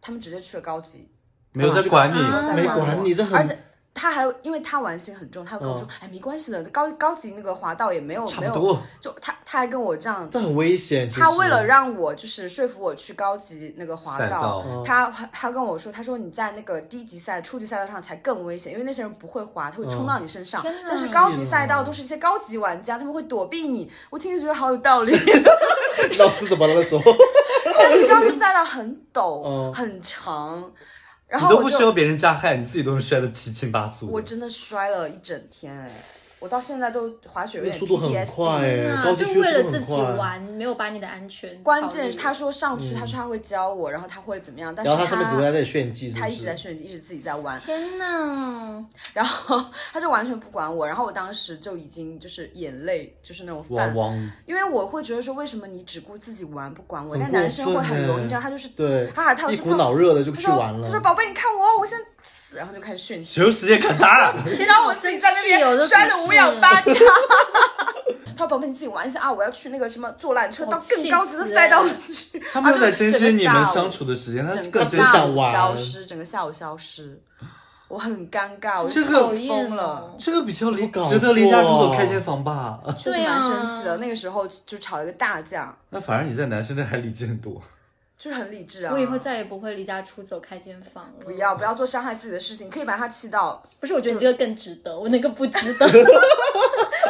他们直接去了高级。没有在管你，啊在没管管我你这很而且他还有因为他玩心很重，他还跟我说：“哎，没关系的，高高级那个滑道也没有没嗯不有多，就他他还跟我这样这很危险。其实他为了让我就是说服我去高级那个滑赛道道，他他跟我说，他说你在那个低级赛、初级赛道上才更危险，因为那些人不会滑，他会嗯冲到你身上。天哪但是高级赛道都是一些高级玩家，他们会躲避你。我听着觉得好有道 [laughs] 理，老师怎么了 [laughs] 那时候？但是高级赛道很陡、嗯很长，然你后都我不就需要别人加害，你自己都能摔得七七八素我的。真的摔了一整天哎，我到现在都滑雪有那点速度很 PTSD 快哎，那高级就区为的了速度自很己快。玩，没有把你的安全考虑。关键是他说上去，他说他会教我，然后他会怎么样，但是嗯然后他上面只会在这里炫技，是不是他一直在炫技，一直自己在玩，天哪，然后他就完全不管我，然后我当时就已经就是眼泪就是那种汪泛，汪，因为我会觉得说为什么你只顾自己玩不管我，但过男生会很容易这样，他分哎就是啊对他还他一股脑热的就他去说玩了他说宝贝你看我，我现在死，然后就开始炫技，求时间砍他！天然哪，后我自己在那边摔的五氧仰 [laughs] 八叉。他说：“宝贝，你自己玩一下啊！我要去那个什么坐缆车到更高级的赛道欸去。”他没有在珍惜你们相处。处的时间，他整更珍个真惜下想午玩消失，整个下午消失，我很尴尬，我这个气哦疯了，这个比较离搞错值得离家出哦走开间房吧。确实对啊蛮生气的。那个时候就吵了个大架，那反而你在男生这还理智很多。 [laughs] 就是很理智啊。我以后再也不会离家出走开间房了。不要不要做伤害自己的事情，可以把他气 [laughs] 到。不是，我觉得你这个更值得，我那个不值得。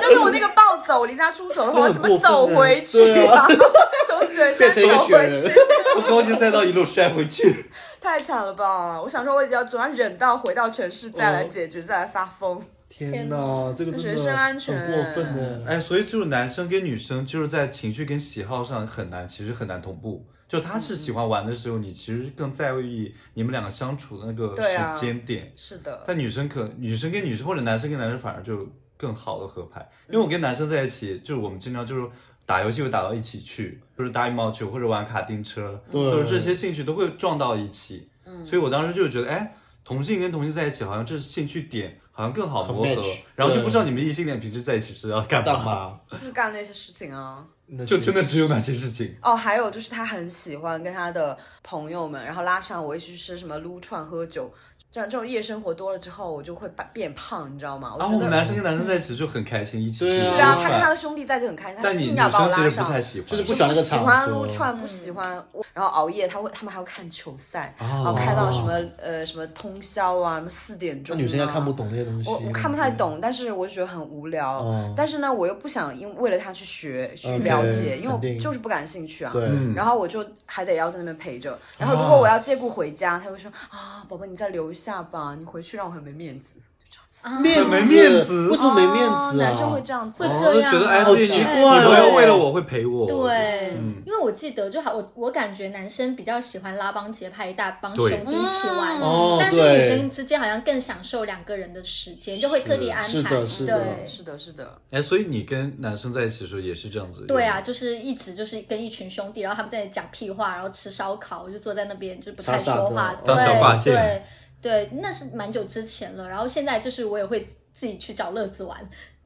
但是我那个暴走，离家出走的话，那我很怎过么分走呢回去对啊？ [laughs] 从雪山变成一个走雪回人去，， [laughs] 从高级赛道一路摔回去。太惨了吧！我想说，我要总要忍到回到城市再嗯来解决，再来发疯。天哪，这个真的人身安全很过分欸的。 [laughs] 哎，所以就是男生跟女生就是在情绪跟喜好上很难，其实很难同步。就他是喜欢玩的时候，你其实更在意你们两个相处的那个对啊时间点。是的，但女生可女生跟女生或者男生跟男生反而就更好的合拍，因为我跟男生在一起，就是我们经常就是打游戏会打到一起去，就是打羽毛球或者玩卡丁车，对就是这些兴趣都会撞到一起。嗯，所以我当时就觉得，哎，同性跟同性在一起，好像这兴趣点好像更好很磨合 match，，然后就对不知道你们异性恋平时在一起是要干干嘛，嘛？就是干那些事情啊。那就是真的只有那些事情。哦，还有就是他很喜欢跟他的朋友们，然后拉上我一起去吃什么撸串、喝酒，这样这种夜生活多了之后，我就会把变胖，你知道吗？我然哦觉啊后我们得、男生跟男生在一起就很开心，一起对吃是啊啊，饭他跟他的兄弟在一起很开心，他但你硬女要把我生拉其实不上太。喜欢，就是不我喜欢那个喜场欢合撸串，不喜欢我，然后熬夜，他会他们还要看球赛，哦然后开到什么呃什么通宵啊，什么四点那钟、啊。女生应该看不懂这些东西，我我看不太懂，但是我就觉得很无聊。嗯但是呢，我又不想因为了他去学去 OK，了解，因为肯定我就是不感兴趣啊。对嗯然后我就还得要在那边陪着。然后如啊果我要借故回家，他会说啊，宝宝你再留一下吧，你回去让我很没面子。就这样子。面没面子为什么没面子啊？哦哦男生会这样子会我这就觉得样哎，好这个奇女怪你不哦要为了我会陪我。对，嗯因为我记得就好，我我感觉男生比较喜欢拉帮结派，一大帮兄对弟一起玩，哦但是对女生之间好像更享受两个人的时间，就会特地安排。是的是的对是的，是的，哎，所以你跟男生在一起的时候也是这样子。对啊，，就是一直就是跟一群兄弟，然后他们在那里讲屁话，然后吃烧烤，我就坐在那边就不太傻傻说话的，对哦当小挂件对对，那是蛮久之前了。然后现在就是我也会自己去找乐子玩，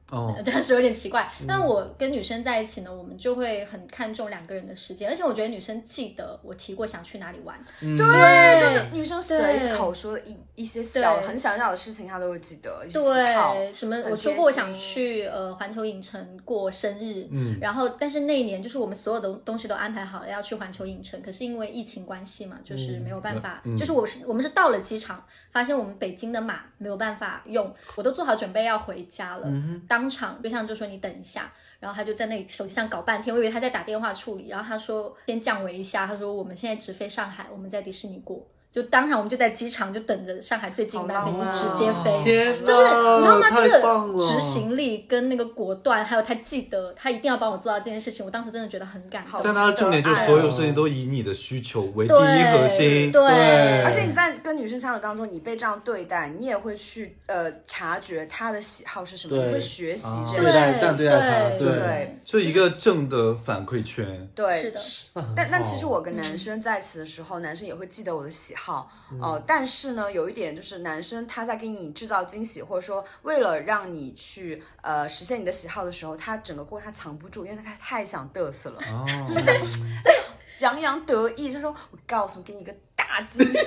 哦， [laughs] 嗯但是有点奇怪。但我跟女生在一起呢，我们就会很看重两个人的时间，而且我觉得女生记得我提过想去哪里玩，对，就是女生随对口说的一一些小对很小很小的事情，她都会记得。一些喜好对，什么很贴我说过我心想去呃环球影城过生日，嗯，然后但是那一年就是我们所有的东西都安排好了要去环球影城，可是因为疫情关系嘛，嗯就是没有办法，就是我是我们是到了机场，发现我们北京的码没有办法用，我都做好准备要回家了，嗯当场对象就说你等一下。然后他就在那里手机上搞半天，我以为他在打电话处理。然后他说先降维一下，他说我们现在直飞上海，我们在迪士尼过。就当场我们就在机场就等着上海最近班好飞浪机漫哦直接飞。天哪，就是你知道吗？这太棒个了执行力跟那个果断，还有他记得他一定要帮我做到这件事情，我当时真的觉得很感好动。但他的重点就是所有事情都以你的需求为第一对核心。对，而且你在跟女生相处当中，你被这样对待，你也会去呃察觉她的喜好是什么，对啊你会学习这对个对待事这样情。对待他对对就一个正的反馈圈。对，是的，但但其实我跟男生在一起的时候，男生也会记得我的喜好，呃，但是呢，有一点就是男生他在给你制造惊喜，或者说为了让你去呃实现你的喜好的时候，他整个过程他藏不住，因为他太想嘚瑟了， [laughs] 哦，哎洋洋得意，就说我告诉你，给你一个大惊喜。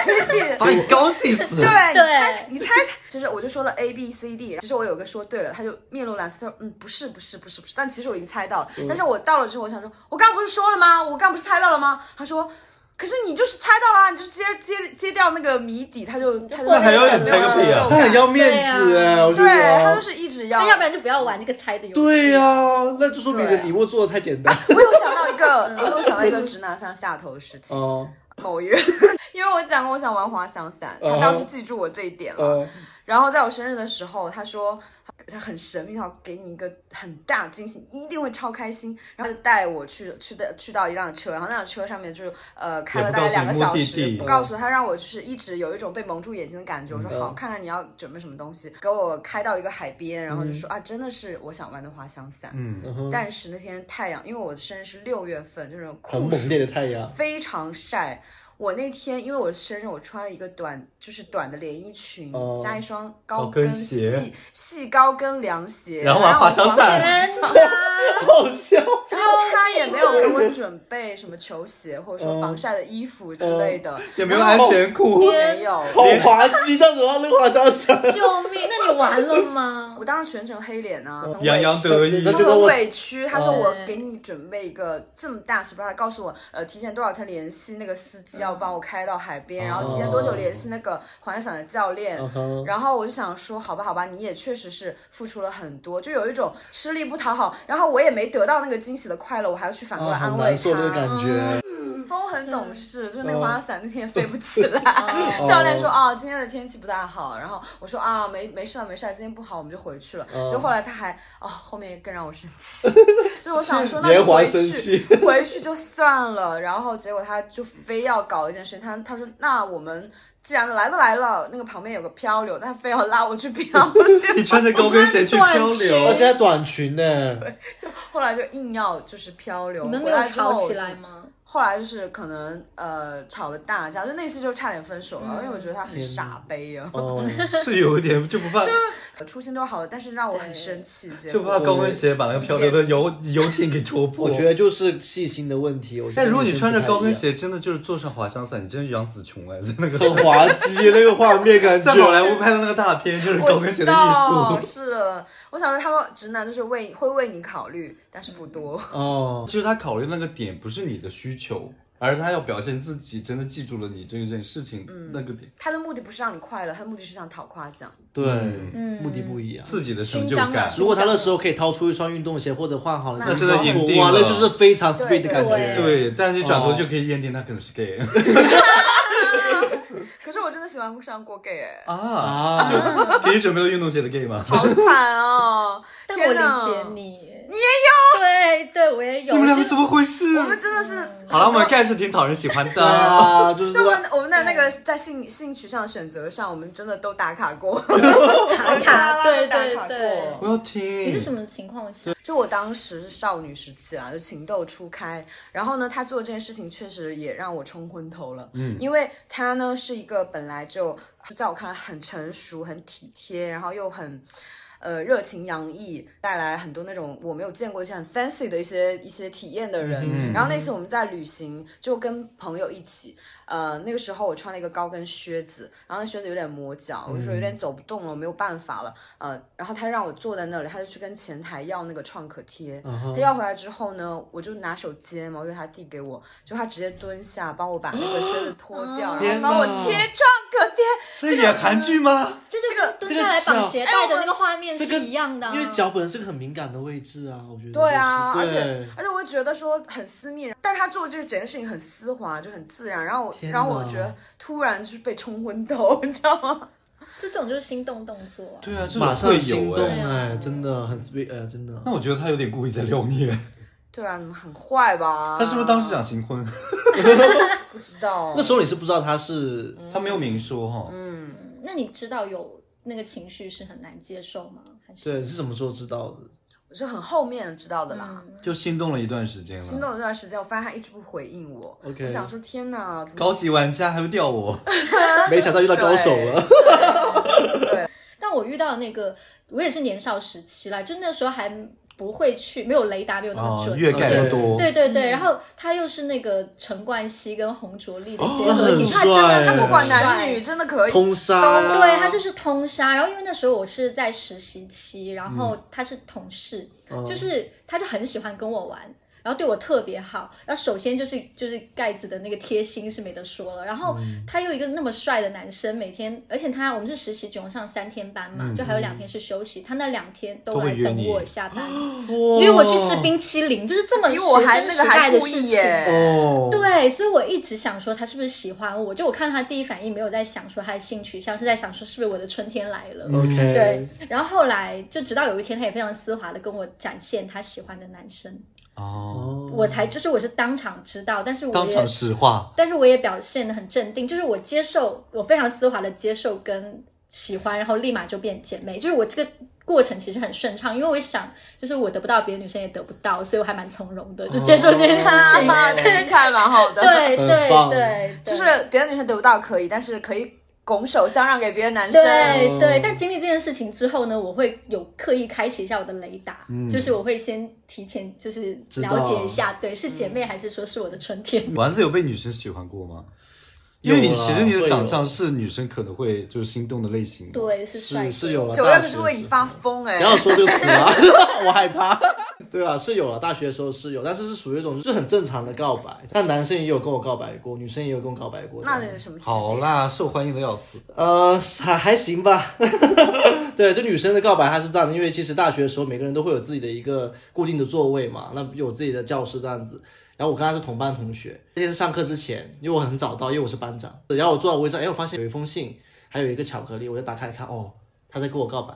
[laughs] 把你高兴死。对，你猜对，你猜猜， [laughs] 就是我就说了 A B C D，其实我有一个说对了，他就面露难色，他说嗯不是不是不是不是，但其实我已经猜到嗯了，但是我到了之后，我想说，我刚不是说了吗？我刚不是猜到了吗？他说。可是你就是猜到了、啊，你就接接接掉那个谜底，他就他就那还要有你猜个屁啊他很要面子对哎，我觉对他就得。是一直那要。要不然就不要玩这个猜的游戏。对呀、那就说明你对啊的礼物做的太简单。我有想到一个，我有想到一个直男非常下头的事情。哦，某一任， [laughs] 因为我讲过我想玩滑翔伞，他嗯当时记住我这一点了。呃，然后在我生日的时候，他说他很神秘，他要给你一个很大的惊喜，你一定会超开心。然后他就带我去去的去到一辆车，然后那辆车上面就是呃开了大概两个小时，嗯也不告诉你目的不地告诉他，让我就是一直有一种被蒙住眼睛的感觉。我嗯说好，看看你要准备什么东西，给我开到一个海嗯边，然后就说啊，真的是我想玩的滑翔伞。嗯，但是那天太阳，因为我的生日是六月份，就是很酷猛暑烈的太阳，非常晒。我那天因为我的生日，我穿了一个短，就是短的连衣裙，哦加一双高跟跟鞋细细高跟凉鞋，然后玩滑翔伞然后天 [laughs] 哪，好 [laughs] 笑。然后他也没有给 [laughs] 我准备什么球鞋或者说哦防晒的衣服之类的，也没有安全裤。没有。好滑稽，这样子的话，那个滑翔伞，救命！那你玩了吗我？当时全程黑脸啊，[laughs] 很哦洋洋委屈得意那他就跟很我委屈，他说哦我给你准备一个这么大 surprise，告诉我，呃，提前多少天联系那个司机要帮我开到海边，然后提前多哦久联系那个滑翔伞的教练，嗯哼然后我就想说，好吧，好吧，你也确实是付出了很多，就有一种吃力不讨好，然后我也没得到那个惊喜的快乐，我还啊要去反过来好安哦难慰受这个感他。觉。嗯嗯风很懂事，就是那个 [laughs] 滑翔伞那天也飞不起嗯来。 [laughs] 教练说啊，今天的天气不大好，然后我说啊，没没事了，没事了，今天不好，我们就回去了。嗯就后来他还哦，后面更让我生气， [laughs] 就是我想说那连你环回生去气 [laughs] 回去就算了，然后结果他就非要搞一件事情，他他说那我们。既然来都来了，那个旁边有个漂流，他非要拉我去漂流， [laughs] 你穿着高跟鞋去漂流，而且还短裙呢，就后来就硬要就是漂流。你们没回有来之后吵起我就来吗？后来就是可能呃吵了大架，就那次就差点分手了，因为我觉得他很傻杯啊，哦， [laughs] 是有一点就不怕，初心都好了，但是让我很生气。结就果怕高跟鞋把那个漂流的游游艇给戳破。我觉得就是细心的问题。我觉得但如果你穿着高跟女鞋，真的就是坐上滑翔伞，你真是杨紫琼哎，在那生不太一样，个很滑稽，那个画面感 [laughs] 在好觉。莱坞拍的那个大片，就是高我跟鞋知的道艺术。是的，我想说他们直男就是为会为你考虑，但是不多。嗯哦，其实他考虑那个点不是你的需求，而是他要表现自己真的记住了你这件事情那个点，他的目的不是让你快乐，他的目的是想讨夸奖。对，嗯目的不一样。嗯自己的成就勋章感啊。如果他那时候可以掏出一双运动鞋，或者换好了，那真的赢定哇，了那就是非常哦 speed 的感对觉。对，但是你转头就可以认定他可能是 gay。可是我真的喜欢上过 gay 哎、 [laughs] 啊，啊，给你准备了运动鞋的 gay 吗？好惨哦！ [laughs] 但我天哪，理解你，你也有，对对，我也有。你们两就个怎么回事？我们真的是嗯好了，我们 gay 是挺讨人喜欢对的。 [laughs] [laughs] 啊，就是这就我个们我们的那个在性性取向的选择上，我们真的都打卡过， [laughs] [laughs] 打卡，对对打卡对过。我要听。你是什么情况下？就我当时是少女时期啊，就情窦初开。然后呢，他做这件事情确实也让我冲昏头了。嗯，因为他呢是一个本来就在我看来很成熟、很体贴，然后又很。呃，热情洋溢，带来很多那种我没有见过一些很 fancy 的一些一些体验的人。嗯然后那次我们在旅行，就跟朋友一起，呃，那个时候我穿了一个高跟靴子，然后那靴子有点磨脚，嗯我就说有点走不动了，我没有办法了，呃，然后他让我坐在那里，他就去跟前台要那个创可贴，嗯他要回来之后呢，我就拿手接嘛，我就他递给我，就他直接蹲下帮我把那个靴子脱掉， [gasps] 然后天帮我哪贴创可贴，这演韩剧吗？这就跟蹲下来绑鞋哎带的那个画面是一样的啊。因为脚本身是个很敏感的位置啊，我觉得对啊，就而是对且而且我会觉得说很私密，但是他做这个整件事情很丝滑，就很自然，然后我天哪然后我觉得突然就是被冲昏头，你知道吗？ [laughs] 就这种就是心动动作啊。对啊，这马种上会心有动哎。哎，真的很 sweet 哎，真的嗯那。我觉得他有点故意在撩你，对啊，你们很坏吧？他是不是当时想行婚？不知道那？时候你是不知道他是嗯他没有明说哈。那你知道有那个情绪是很难接受吗？还是呃对，你是什么时候知道的？我是很后面知道的啦。就心动了一段时间了。心动了一段时间，我发现他一直不回应我。 OK 我想说天哪，怎么高级玩家还会钓我，没想到遇到高手了，但我遇到那个，我也是年少时期啦，就那时候还不会去，没有雷达，没有那么哦准，越干越多。对对对，然后他又是那个陈冠希跟洪卓立的结哦合体，很他真的帅他不管男帅女，真的可以。通杀啊呀。对他就是通杀。然后因为那时候我是在实习期，然后他是同事，就是他就很喜欢跟我玩。然后对我特别好，然后首先就是就是盖子的那个贴心是没得说了，然后他又一个那么帅的男生，每天，而且他我们是实习，总共上三天班嘛，就还有两天是休息，他那两天都都会来约等你我下班，因约我去吃冰淇淋，就是这么比我还学那生个时代还的故事意情。耶，哦，对，所以我一直想说他是不是喜欢我，就我看他第一反应没有在想说他的性取向，是在想说是不是我的春天来了。 ，OK，对，，然后后来就直到有一天，他也非常丝滑的跟我展现他喜欢的男生，哦，嗯我才就是我是当场知道，但是我当也场实话。但是我也表现的很镇定，就是我接受，我非常丝滑的接受跟喜欢，然后立马就变姐妹，就是我这个过程其实很顺畅，因为我想就是我得不到，别的女生也得不到，所以我还蛮从容的，就接受这件事哈情。哈，哦这心态啊蛮好的。对对很棒对，对就是别的女生得不到可以，但是可以拱手相让给别的男生。对对哦，但经历这件事情之后呢，我会有刻意开启一下我的雷达，就是我会先提前就是嗯知道嗯了解一下，对，是姐妹还是说是我的春天？ [laughs] 丸子有被女生喜欢过吗？因为你有啦其实你的会长有相是女生可能会就是心动的类型。，对，是帅是哥是有啊了。九大月学可时是候为你发疯哎不，要说这个词 [laughs] 啊， [laughs] 我害怕。对啊，是有了，大学的时候是有，但是是属于一种就是很正常的告白。但男生也有跟我告白过，女生也有跟我告白过。那这样有什么区好别？啦，受欢迎的要死。呃，还还行吧。 [laughs] 对，就女生的告白还是这样的，因为其实大学的时候每个人都会有自己的一个固定的座位嘛，那有自己的教室这样子。然后我跟他是同班同学，那天是上课之前，因为我很早到，因为我是班长。然后我坐到位置上，哎，我发现有一封信，还有一个巧克力，我就打开来看，哦，他在跟我告白。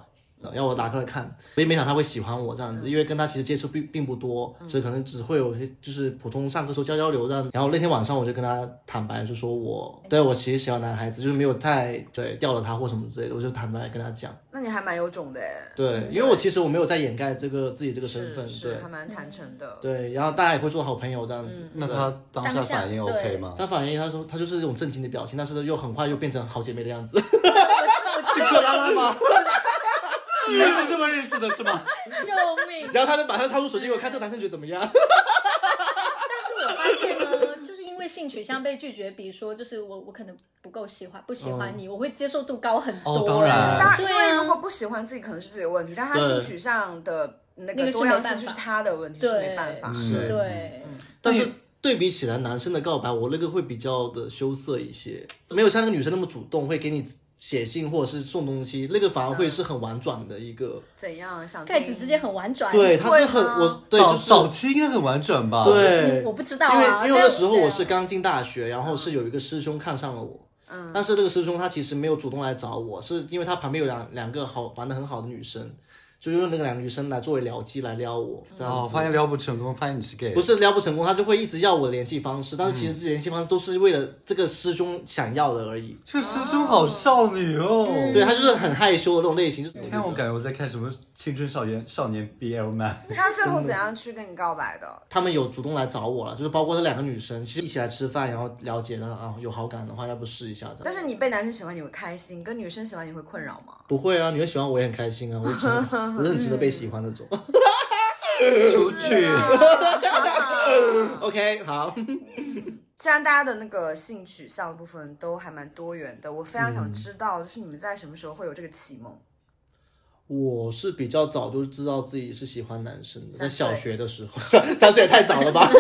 然后我打开来看，我也没想他会喜欢我这样嗯子，因为跟他其实接触并并不多，只可能只会有就是普通上课时候交交流这样子。然后那天晚上我就跟他坦白，就说我对我其实喜欢男孩子，就是没有太对吊了他或什么之类的，我就坦白跟他讲。那你还蛮有种的哎，对，因为我其实我没有在掩盖这个自己这个身份是，对是还蛮嗯坦诚的。对，然后大家也会做好朋友这样子。嗯那对她当下当下反应对 OK 吗？他反应他说他就是这种震惊的表情，但是又很快又变成好姐妹的样子， [laughs] 是克拉拉吗？你们是这么认识的，是 [laughs] 吗？救命！然后他就马上掏出手机给我看，这个男生觉得怎么样？但是我发现呢，就是因为性取向被拒绝，比如说就是我我可能不够喜欢，不喜欢嗯你，我会接受度高很多。哦当然 [laughs] 当然，对因为如果啊，不喜欢自己，可能是自己的问题，但他对性取向的那那个个是多没样性办就是法他的问题，是没对办法。是对，但是对比起来，男生的告白，我那个会比较的羞涩一些，没有像那个女生那么主动，会给你写信或者是送东西，那个反而会是很婉转的一个。怎样想盖听子之间很婉转。嗯对，他是很会吗我对早就是早期应该很婉转吧？，对你，我不知道因为啊，因为但那时候对啊我是刚进大学，然后是有一个师兄看上了我，嗯，但是这个师兄他其实没有主动来找我，是因为他旁边有两两个好玩的很好的女生，就用那个两个女生来作为聊机来撩我，这样哦，子。发现撩不成功，发现你是 gay，不是撩不成功，他就会一直要我的联系方式，但是其嗯实这联系方式都是为了这个师兄想要的而已。这个师兄好少女哦。嗯对他就是很害羞的那种类型，就是天啊，我感觉我在看什么青春少年少年 BL 漫。那最后怎样去跟你告白的？他们有主动来找我了，就是包括这两个女生，其实一起来吃饭，然后了解的啊，有好感的话，要不试一下这但样。是你被男生喜欢你会开心，跟女生喜欢你会困扰吗？ [laughs] 不会啊，女生喜欢我也很开心啊，我只我是很值得被喜欢 [laughs] 那种。出去， OK，好，既然大家的那个性取向的部分都还蛮多元的，我非常嗯想知道，就是你们在什么时候会有这个启蒙？我是比较早就知道自己是喜欢男生的，在三岁小学的时候，三三岁也太早 [laughs] 了吧？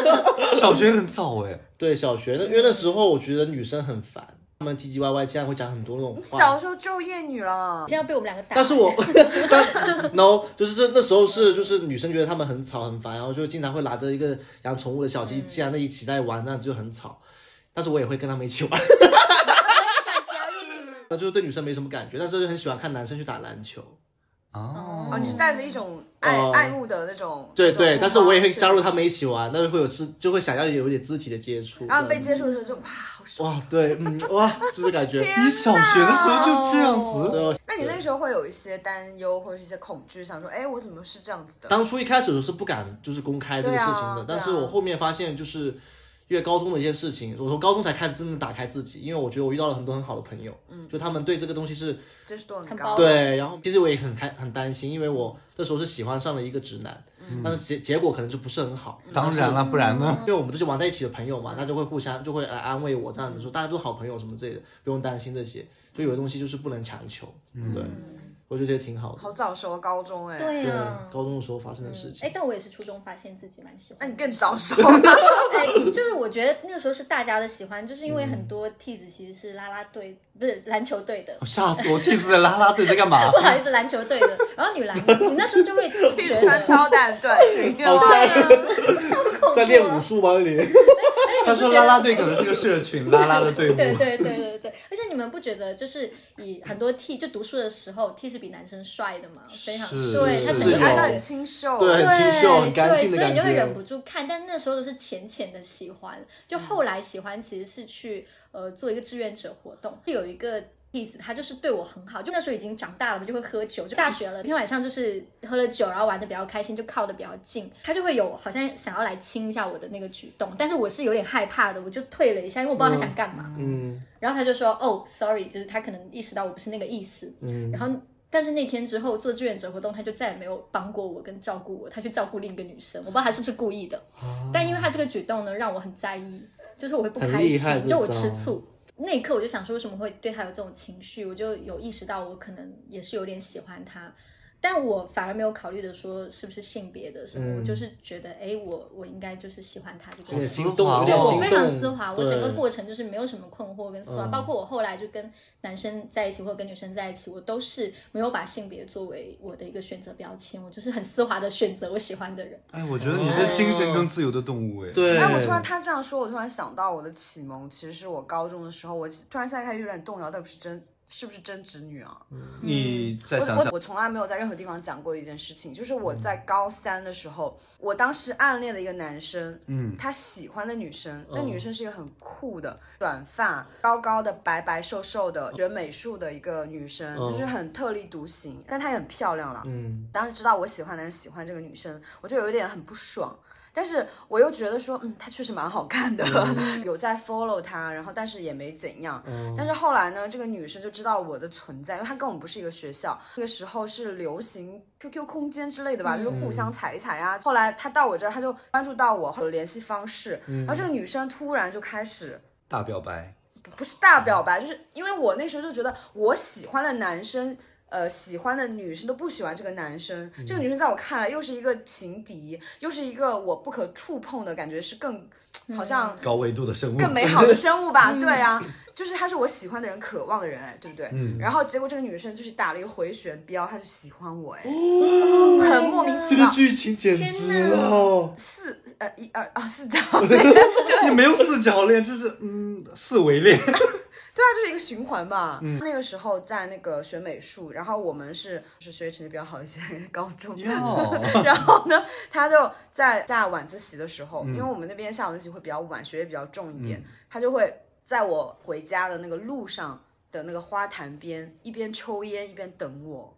小学很早哎，对，小学的，因为那时候我觉得女生很烦，她们唧唧歪歪，竟然会讲很多那种你话。小时候就厌女了现，啊在要被我们两个打。但是我， [laughs] 但 no，就是这那时候是就是女生觉得她们很吵很烦，然后就经常会拿着一个养宠物的小鸡，竟然在一起在玩，那就很吵。但是我也会跟她们一起玩， [laughs] 想加入你们，就是对女生没什么感觉，但是就很喜欢看男生去打篮球。哦哦，你是带着一种爱、哦爱慕的那种，那对种对，但是我也会方式加入。他们一起玩，但是会有肢就会想要有一点肢体的接触。然后被这接样触的时候就哇，好爽。哇，对，嗯，哇，就是感觉。啊你小学的时候就这样对子，哦那你那个时候会有一些担忧或者是一些恐惧，想说，哎，我怎么是这样子的？当初一开始我是不敢就是公开这个对事啊情的，但是对啊我后面发现就是因为高中的一些事情，我从高中才开始真的打开自己，因为我觉得我遇到了很多很好的朋友，嗯，就他们对这个东西是接受度很很高包。对，然后其实我也很开很担心，因为我那时候是喜欢上了一个直男，嗯但是结结果可能就不是很好，当然了，不然呢？因为我们都是玩在一起的朋友嘛，他就会互相就会来安慰我这样子说，大家都好朋友什么之类的，不用担心这些，就有的东西就是不能强求，对，我就觉得挺好的。嗯好早熟，高中哎、对对呀，，高中的时候发生的事情哎，，但我也是初中发现自己蛮喜欢的。那你更早熟。哎，就是我觉得那个时候是大家的喜欢，就是因为很多替子其实是啦啦队，不是篮球队的，我吓死我！这次的啦啦队在干嘛不？好意思，篮球队的。然后女篮，你那时候就会觉穿得。超短短裙，对好吧？帅对啊，在练武术吗？你？他说啦啦队可能是个社 [laughs] 群，啦啦的队伍。对对对对对，而且你们不觉得就是以很多 T 就读书的时候 T 是比男生帅的吗？非常是对，他是整个有还是哦感很觉清秀，对很清秀很干净对，的所以你就感会觉忍不住看。但那时候都是浅浅的喜欢，就后来喜欢其实是去呃做一个志愿者活动，就有一个。弟子他就是对我很好，就那时候已经长大了嘛，就会喝酒，就大学了。那天晚上就是喝了酒，然后玩的比较开心，就靠的比较近，他就会有好像想要来亲一下我的那个举动，但是我是有点害怕的，我就退了一下，因为我不知道他想干嘛。嗯，然后他就说：“哦，sorry，就是他可能意识到我不是那个意思。”嗯，然后但是那天之后做志愿者活动，他就再也没有帮过我跟照顾我，他去照顾另一个女生，我不知道他是不是故意的。但因为他这个举动呢，让我很在意，就是我会不啊很开厉害心，这就我招吃醋。那一刻我就想说，为什么会对他有这种情绪？我就有意识到我可能也是有点喜欢他，但我反而没有考虑的说是不是性别的什么，嗯我就是觉得，哎，我我应该就是喜欢他这个人有点。丝心动，滑有哦点对心我动。非常丝滑，我对嗯整个过程就是没有什么困惑跟丝滑，包括我后来就跟男生在一起或者跟女生在一起，我都是没有把性别作为我的一个选择标签，我就是很丝滑的选择我喜欢的人。哎，我觉得你是精神更自由的动物哎。对，哎，我突然他这样说，我突然想到我的启蒙，其实是我高中的时候，我突然现在开始有点动摇，到底是真是不是真直女啊？你再想嗯我我想，我从来没有在任何地方讲过的一件事情，就是我在高三的时候，我当时暗恋的一个男生，嗯，哦他喜欢的女生，那女生是一个很酷的短发、高高的、白白瘦瘦的、学美术的一个女生，哦就是很特立独行，但她也很漂亮啦。嗯，当时知道我喜欢的人喜欢这个女生，我就有一点很不爽。但是我又觉得说，嗯，她确实蛮好看的，嗯 [laughs] 有在 follow 她，然后但是也没怎样。但是后来呢，这个女生就知道我的存在，因为她跟我们不是一个学校，那个时候是流行 QQ 空间之类的吧，就是互相踩一踩啊。后来她到我这儿，她就关注到我和联系方式，然后这个女生突然就开始大表白，不是大表白，就是因为我那时候就觉得我喜欢的男生。呃，喜欢的女生都不喜欢这个男生，这个女生在我看来又是一个情敌，又是一个我不可触碰的感觉，是更好像高维度的生物，更美好 [laughs] 的生物吧？对啊，就是他是我喜欢的人，渴望的人，哎，对不对？然后结果这个女生就是打了一个回旋镖，她是喜欢我，哎，很莫名其这个妙。剧情简直了，四呃一二啊四角， [laughs] 你没有四角恋，这是嗯四维恋。对啊，就是一个循环吧。嗯，那个时候在那个学美术，然后我们是就是学习成绩比较好的一些 [laughs] 高中，哟然后呢，他就在在晚自习的时候，因为我们那边下晚自习会比较晚，学业比较重一点，他就会在我回家的那个路上的那个花坛边一边抽烟一边等我。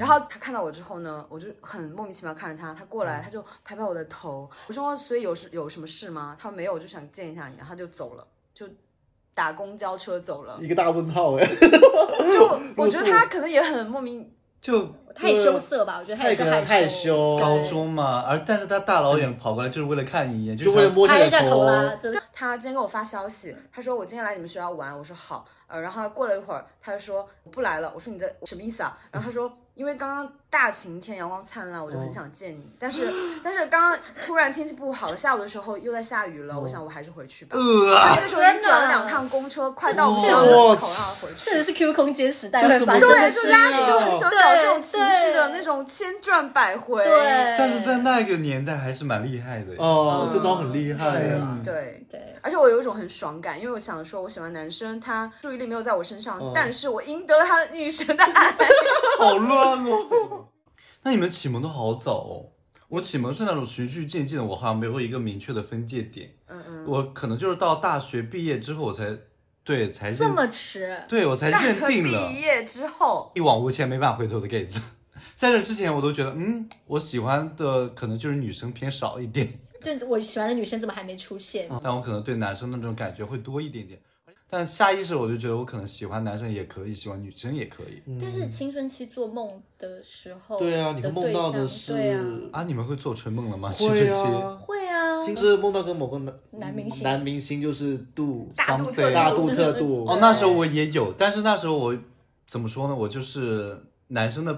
然后他看到我之后呢，我就很莫名其妙看着他，他过来他就拍拍我的头，我说所以有事有什么事吗？他说没有，我就想见一下你，然后他就走了，就打公交车走了。一个大问号哎，就我我觉得他可能也很莫名， [laughs] 就太羞涩吧，我觉得他也是太害羞羞，高中嘛，而但是他大老远跑过来就是为了看你一眼，就为了想摸拍你一下的头啦，就是他今天给我发消息，他说我今天来你们学校玩，我说好，呃，然后他过了一会儿，他就说我不来了，我说你在什么意思啊？然后他说因为刚刚大晴天阳光灿烂，我就很想见你，但是但是刚刚突然天气不好了，下午的时候又在下雨了，我想我还是回去吧。呃，那个时候已经转了两趟公车，快到学校门哇口让我回去。这是 Q 空间时代这会是发生什的么对，事就情。大家就很喜欢搞这种对情绪的对那种千转百回。对，但是在那个年代还是蛮厉害的耶哦，这招很厉害是哎啊。对。对，而且我有一种很爽感，因为我想说，我喜欢男生，他注意力没有在我身嗯上，但是我赢得了他的女神 [laughs] 的爱。好乱哦。那你们启蒙都好早哦，我启蒙是那种循序渐进的，我好像没有一个明确的分界点。嗯嗯，我可能就是到大学毕业之后，我才对才认这么迟，对我才大认学定了毕，业之后，一往无前没办法回头的 gay 子。 [laughs] 在这之前，我都觉得，嗯，我喜欢的可能就是女生偏少一点，就我喜欢的女生怎么还没出现？嗯嗯但我可能对男生那种感觉会多一点点。但下意识我就觉得，我可能喜欢男生也可以，喜欢女生也可以。嗯但是青春期做梦的时候的对对象，啊，你会梦到的是对啊，啊，你们会做春梦了吗？青春会期啊，会啊，就是梦到跟某个男男明星男明星就是度大肚 Something 特大度特度哦，那时候我也有，但是那时候我怎么说呢？我就是男生的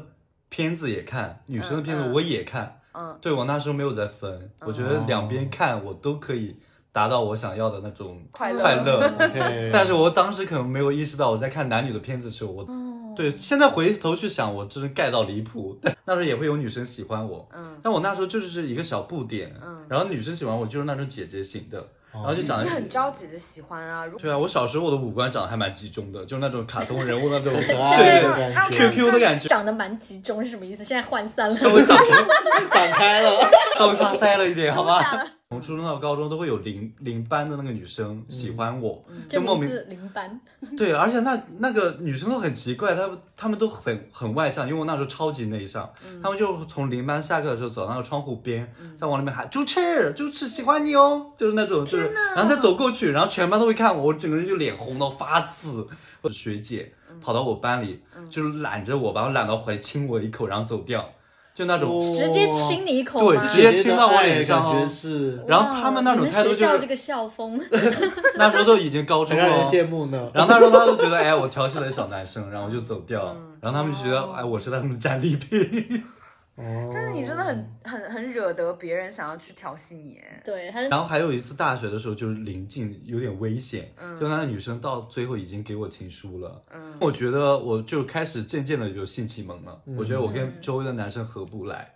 片子也看，女生的片子我也看。嗯，对我那时候没有在分，我觉得两边看我都可以达到我想要的那种快乐快哦乐。 OK 但是我当时可能没有意识到，我在看男女的片子的时候，嗯我、哦对现在回头去想，我真的 get 到离谱。 [laughs] 但那时候也会有女生喜欢我，嗯，但我那时候就是一个小不点，嗯，然后女生喜欢我就是那种姐姐型的，然后就长得你很着急的喜欢啊。如果对啊，我小时候我的五官长得还蛮集中的，就是那种卡通人物那种对爱的对感觉 QQ 的感觉，长得蛮集中是什么意思？现在涣散了，稍微长展开了，稍微发腮了一点，好吧？从初中到高中都会有邻邻班的那个女生喜欢我， [laughs] 这就莫名名字林班， [laughs] 对，而且那那个女生都很奇怪，她她们都很很外向，因为我那时候超级内向，嗯她们就从邻班下课的时候走到那个窗户边，再往里面喊“朱赤，朱赤喜欢你哦”，就是那种，就是，然后再走过去，然后全班都会看我，我整个人就脸红到发紫。嗯我学姐跑到我班里，就是揽着我，把我揽到怀里亲我一口，然后走掉，就那种。哦直接亲你一口对吗直接亲到我脸上哦感觉是然后他们那种哇态度你们学校就是这个校 [laughs] 风，那时候都已经高中很了让人哦，羡慕呢。然后那时候他就觉得，哎，我调戏了小男生，然后我就走掉，然后他们就觉得，哎，我是他们的战利品。哦但是你真的很很很惹得别人想要去调戏你，对， [laughs] 他是然后还有一次大学的时候，就是临近有点危险，嗯就那个女生到最后已经给我情书了。我觉得我就开始渐渐的有性启蒙了，嗯我觉得我嗯跟周围的男生合不来。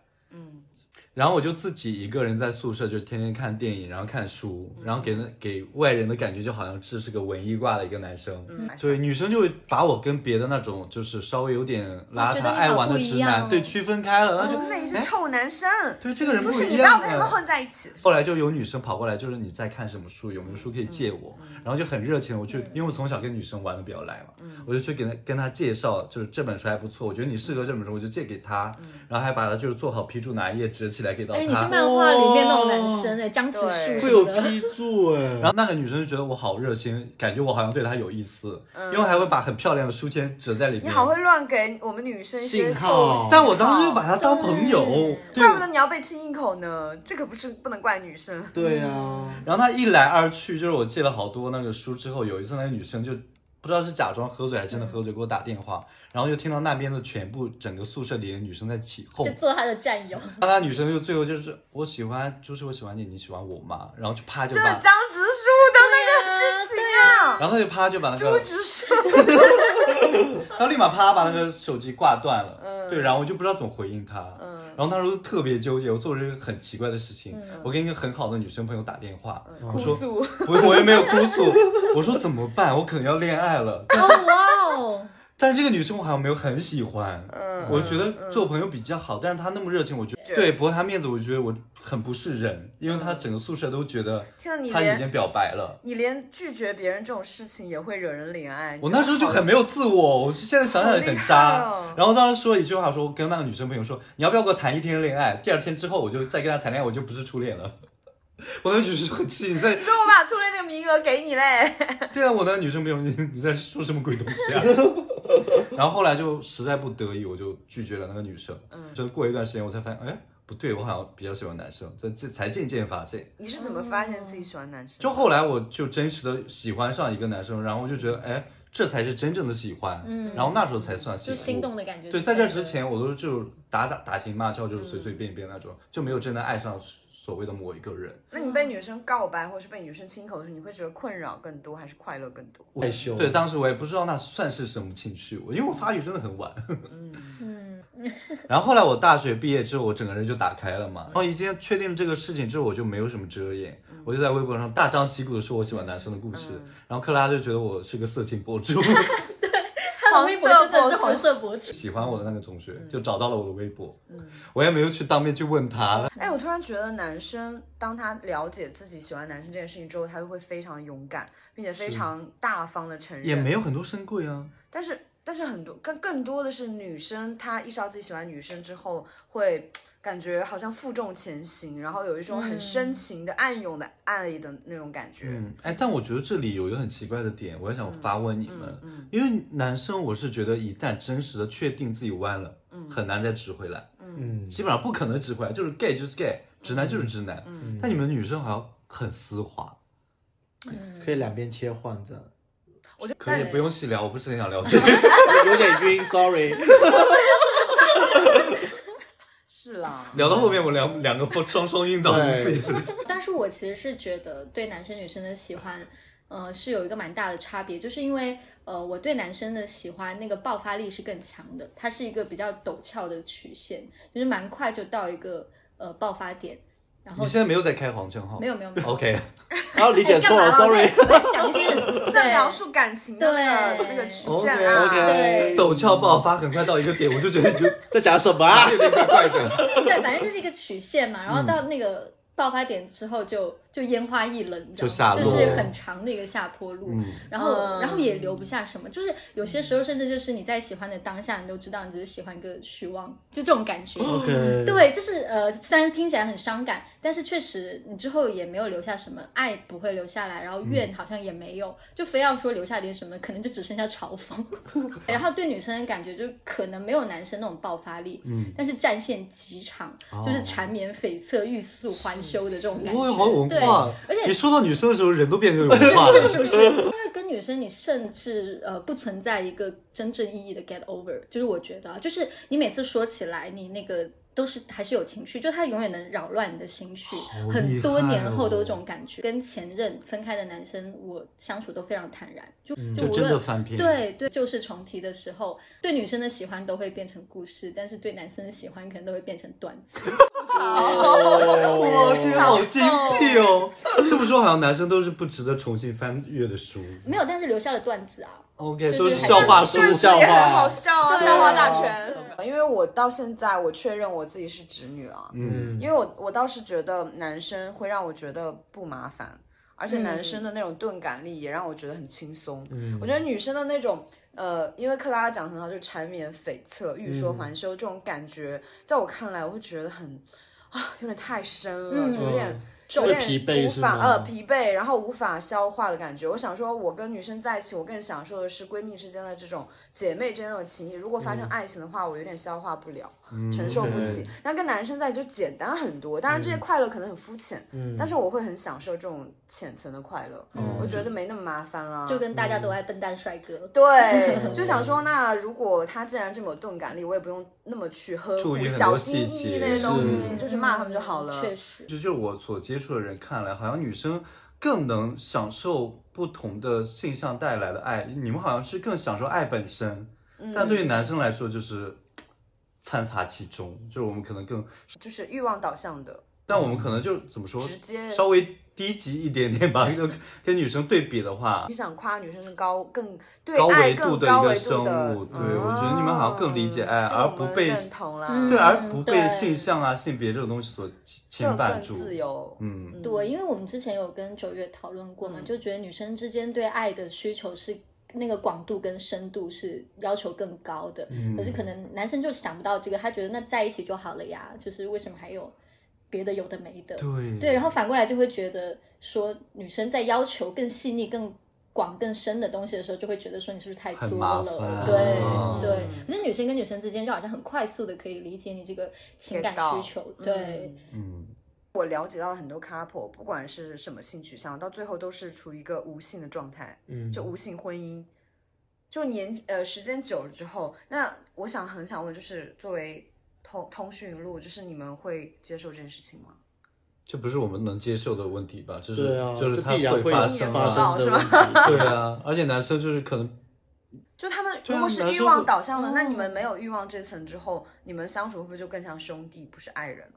然后我就自己一个人在宿舍，就天天看电影，然后看书，嗯然后给那给外人的感觉就好像这是个文艺挂的一个男生，嗯嗯对女生就会把我跟别的那种就是稍微有点邋觉得你遢好爱玩的不一直样男哦对区分开了，那就那你是哎臭男生，对这个人就不是一哦你不样要跟他们啊混在一起。后来就有女生跑过来，就是你在看什么书，有没有书可嗯以借我？然后就很热情，我去，因为我从小跟女生玩的比较来嘛，嗯我就去给她跟她介绍，就是这本书还不错，我觉得你适合这本书，我就借给她，然后还把它就是做好批注，哪一页折起来给到嗯哎，你是她。漫画里面那种男生哎，江直树对什会有么的，批注哎，然后那个女生就觉得我好热心，感觉我好像对她有意思，嗯因为还会把很漂亮的书签折在里面。你好会乱给我们女生一些信号臭信但我当时就把她当朋友，对怪不得你要被亲一口呢，这可不是不能怪女生。对啊，然后他一来二去，就是我借了好多那个书之后，有一次那个女生就不知道是假装喝醉还是真的喝醉，给我打电话，然后就听到那边的全部整个宿舍里的女生在起哄就，做他的战友，那那女生就最后就是我喜欢，就是我喜欢你，你喜欢我吗？然后就啪就真的把，江直树的那个对啊剧情啊，然后他就啪就把那朱个，直树，后立马啪把那个手机挂断了。嗯，对，然后我就不知道怎么回应他。嗯，然后那时候特别纠结，我做了一个很奇怪的事情，我跟一个很好的女生朋友打电话，我嗯哭说诉， [laughs] 我我也没有哭诉，我说怎么办？我可能要恋爱了。哦哇哦，但这个女生我好像没有很喜欢，嗯我觉得做朋友比较好，但是她那么热情，我觉得对驳她面子，我觉得我很不是人，因为她整个宿舍都觉得 [laughs] 天嗯哪，你她已经连表白了。你连拒绝别人这种事情也会惹人怜爱。我那时候就很没有自我，我现在想想也很好渣。厉害哦然后当时说一句话说，我跟那个女生朋友说，你要不要跟我谈一天恋爱？第二天之后我就再跟她谈恋爱，我就不是初恋了。 [laughs] 我那女生很气，你在你说我把初恋这个名额给你嘞， [laughs] 对啊，我那女生朋友，你 [laughs] 你在说什么鬼东西啊？ [laughs] 然后后来就实在不得已，我就拒绝了那个女生。嗯，就过一段时间，我才发现，哎，不对，我好像比较喜欢男生，这这才渐渐发现。你是怎么发现自己喜欢男生？就后来我就真实的喜欢上一个男生，然后我就觉得，哎，这才是真正的喜欢。嗯，然后那时候才算喜 [laughs] 就欢。心动的感觉。对，在这之，前我都是就打打打情骂俏，就是嗯随随便便那种，就没有真的爱上所谓的某一个人。那你被女生告白，或是被女生亲口的时候，你会觉得困扰更多，还是快乐更多？害羞。对，当时我也不知道那算是什么情绪，我因为我发育真的很晚。嗯，然后后来我大学毕业之后，我整个人就打开了嘛。然后已经确定这个事情之后，我就没有什么遮掩，我就在微博上大张旗鼓的说我喜欢男生的故事。然后克拉就觉得我是个色情博主，他的微博真的是黄色博主，喜欢我的那个同学就找到了我的微博，我也没有去当面去问他。哎，我突然觉得男生当他了解自己喜欢男生这件事情之后，他就会非常勇敢，并且非常大方的承认。也没有很多深柜啊，但是但是很多更更多的是女生，她意识到自己喜欢女生之后，会感觉好像负重前行，然后有一种很嗯深情的、暗涌的爱的那种感觉。嗯，哎，但我觉得这里有一个很奇怪的点，我也嗯想发问你们，因为男生我是觉得一旦真实的确定自己弯了，嗯很难再直回来，嗯，基本上不可能直回来，就是 gay 就是 gay，直男嗯就是直男，但你们女生好像很丝滑，可以两边切换这样，我觉得，可但以不用细聊，我不是很想聊这 [laughs] 个， [laughs] 有点晕，sorry。是啦，聊到后面我两两个双双晕倒，对你自己生气，但是我其实是觉得对男生女生的喜欢，呃，是有一个蛮大的差别，就是因为呃，我对男生的喜欢那个爆发力是更强的，它是一个比较陡峭的曲线，就是蛮快就到一个呃爆发点。然后你现在没有在开黄腔号，没有没有没有 OK，然后理解 [laughs] 错了干嘛，sorry。我在我在讲一些很在对描述感情的那个对那个曲 OK 线啊。对陡峭爆发，很快到一个点，我就觉得你就在讲什么啊？有点怪怪的， [laughs] [laughs] 对，反正就是一个曲线嘛，然后嗯到那个爆发点之后就就烟花易冷，你知就道下吗？落就是很长的一个下坡路，然后、嗯然后也留不下什么，就是有些时候甚至就是你在喜欢的当下，你都知道你只是喜欢个虚妄，就这种 [laughs] 感觉。 OK，对，就是呃，虽然听起来很伤感，但是确实你之后也没有留下什么爱，不会留下来，然后怨好像也没有，就非要说留下点什么，可能就只剩下嘲讽。 [laughs] 哎然后对女生的感觉就可能没有男生那种爆发力，嗯，但是战线极长，就是缠绵悱恻、欲速还休的这种感觉。我好有文对化，而且你说到女生的时候，人都变得有文化是了不。是 [laughs] 不是？因为跟女生，你甚至呃不存在一个真正意义的 get over，就是我觉得啊，就是你每次说起来，你那个都是还是有情绪，就它永远能扰乱你的心绪，好厉很多害年后都有哦这种感觉。跟前任分开的男生，我相处都非常坦然，就、嗯就无真的论。翻篇。，对对，旧事重提的时候，对女生的喜欢都会变成故事，但是对男生的喜欢可能都会变成段子。 [laughs] 我天，好精辟哦！这么说好像男生都是不值得重新翻阅的书。没有，但是留下了段子啊。 OK，是都是笑话书还，是笑也很话好笑啊，对笑话大全。啊因为我到现在，我确认我自己是直女啊，嗯，因为我我倒是觉得男生会让我觉得不麻烦，而且男嗯生的那种钝感力也让我觉得很轻松。我觉得女生的那种。呃，因为克拉拉讲得很好，就是缠绵悱恻、欲嗯说还休、这种感觉，在我看来，我会觉得很啊，有点太深了，嗯就有点会疲惫无是法吗呃疲惫，然后无法消化的感觉。我想说，我跟女生在一起，我更享受的是闺蜜之间的这种姐妹之间的情谊。如果发嗯生爱情的话，我有点消化不了，承受不起。那跟男生在一起就简单很多，当然嗯这些快乐可能很肤浅，但是我会很享受这种浅层的快乐。哦我觉得没那么麻烦了，就跟大嗯家都爱笨蛋帅哥， [laughs] 对，就想说，那如果他既然这么有钝感力，我也不用那么去呵注意很多护、小心翼细翼节那些东西，是就是骂他们就好了。嗯确实，就就是我所接触的人看来，好像女生更能享受不同的性向带来的爱，你们好像是更享受爱本身。嗯但对于男生来说就是参差其中，就是我们可能更，就是欲望导向的。但我们可能就怎么说，直接稍微低级一点点吧。就 [laughs] 跟女生对比的话你，想夸女生是高更对高爱维更度的高一维个度生的物，对我觉得你们好像更理解爱，嗯这而我不们被认同啦，对，啊而嗯不被对性向啊、性别这种东西所牵就绊更住。自由。嗯，对，因为我们之前有跟九月讨论过嘛，就觉得女生之间对爱的需求是那个广度跟深度是要求更高的，嗯可是可能男生就想不到这个，他觉得那在一起就好了呀，就是为什么还有别的有的没的？对对，然后反过来就会觉得说，女生在要求更细腻、更广、更深的东西的时候，就会觉得说你是不是太很作麻了？烦对、嗯对。可是女生跟女生之间就好像很快速的可以理解你这个情 Get 感到需求，对，嗯，我了解到很多 couple，不管是什么性取向，到最后都是处于一个无性的状态，嗯，就无性婚姻。就年呃时间久了之后，那我想很想问，就是作为通通讯录，就是你们会接受这件事情吗？这不是我们能接受的问题吧？就是对啊，就是这它必然发有生发啊。生的是吧问题对 [laughs] 啊，而且男生就是可能就他们对啊如果是男欲生望会导向的，那你们哦没有欲望这层之后，你们相处会不会就更像兄弟，不是爱人？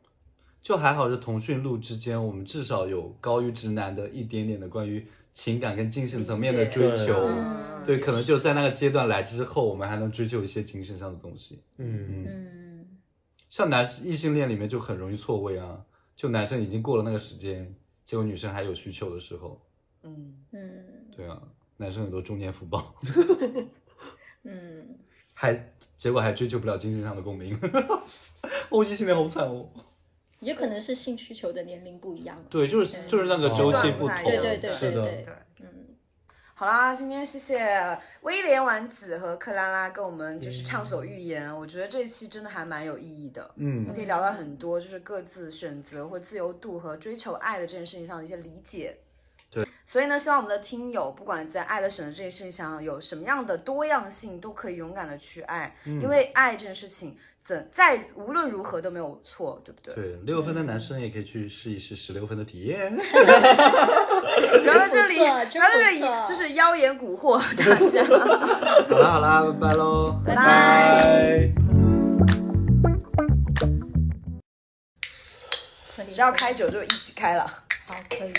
就还好，是同讯录之间，我们至少有高于直男的一点点的关于情感跟精神层面的追理解求。嗯对，可能就在那个阶段来之后，我们还能追求一些精神上的东西。嗯，嗯。像男异性恋里面就很容易错位啊，就男生已经过了那个时间，结果女生还有需求的时候，嗯，嗯对啊，男生很多中年福报，嗯， [laughs] 还结果还追求不了精神上的共鸣。 [laughs] 哦，异性恋好惨哦。也可能是性需求的年龄不一样嘛。对，就是对就是那个周期不同，阶段不太一样对对对是对的对，对。嗯，好啦，今天谢谢威廉丸子和克拉拉跟我们就是畅所欲言，我觉得这一期真的还蛮有意义的。我嗯们可以聊到很多，就是各自选择或自由度和追求爱的这件事情上的一些理解。对，所以呢，希望我们的听友不管在爱的选择这件事情上有什么样的多样性，都可以勇敢的去爱，嗯因为爱这件事情怎再无论如何都没有错，对不对？对，嗯六分的男生也可以去试一试十六分的体验。 [laughs] 不要在这里，不真不要在错真这不错里就是妖言蛊惑大家。 [laughs] 好啦好啦，拜拜喽，拜拜。可以只要开酒就一起开了。好，可以。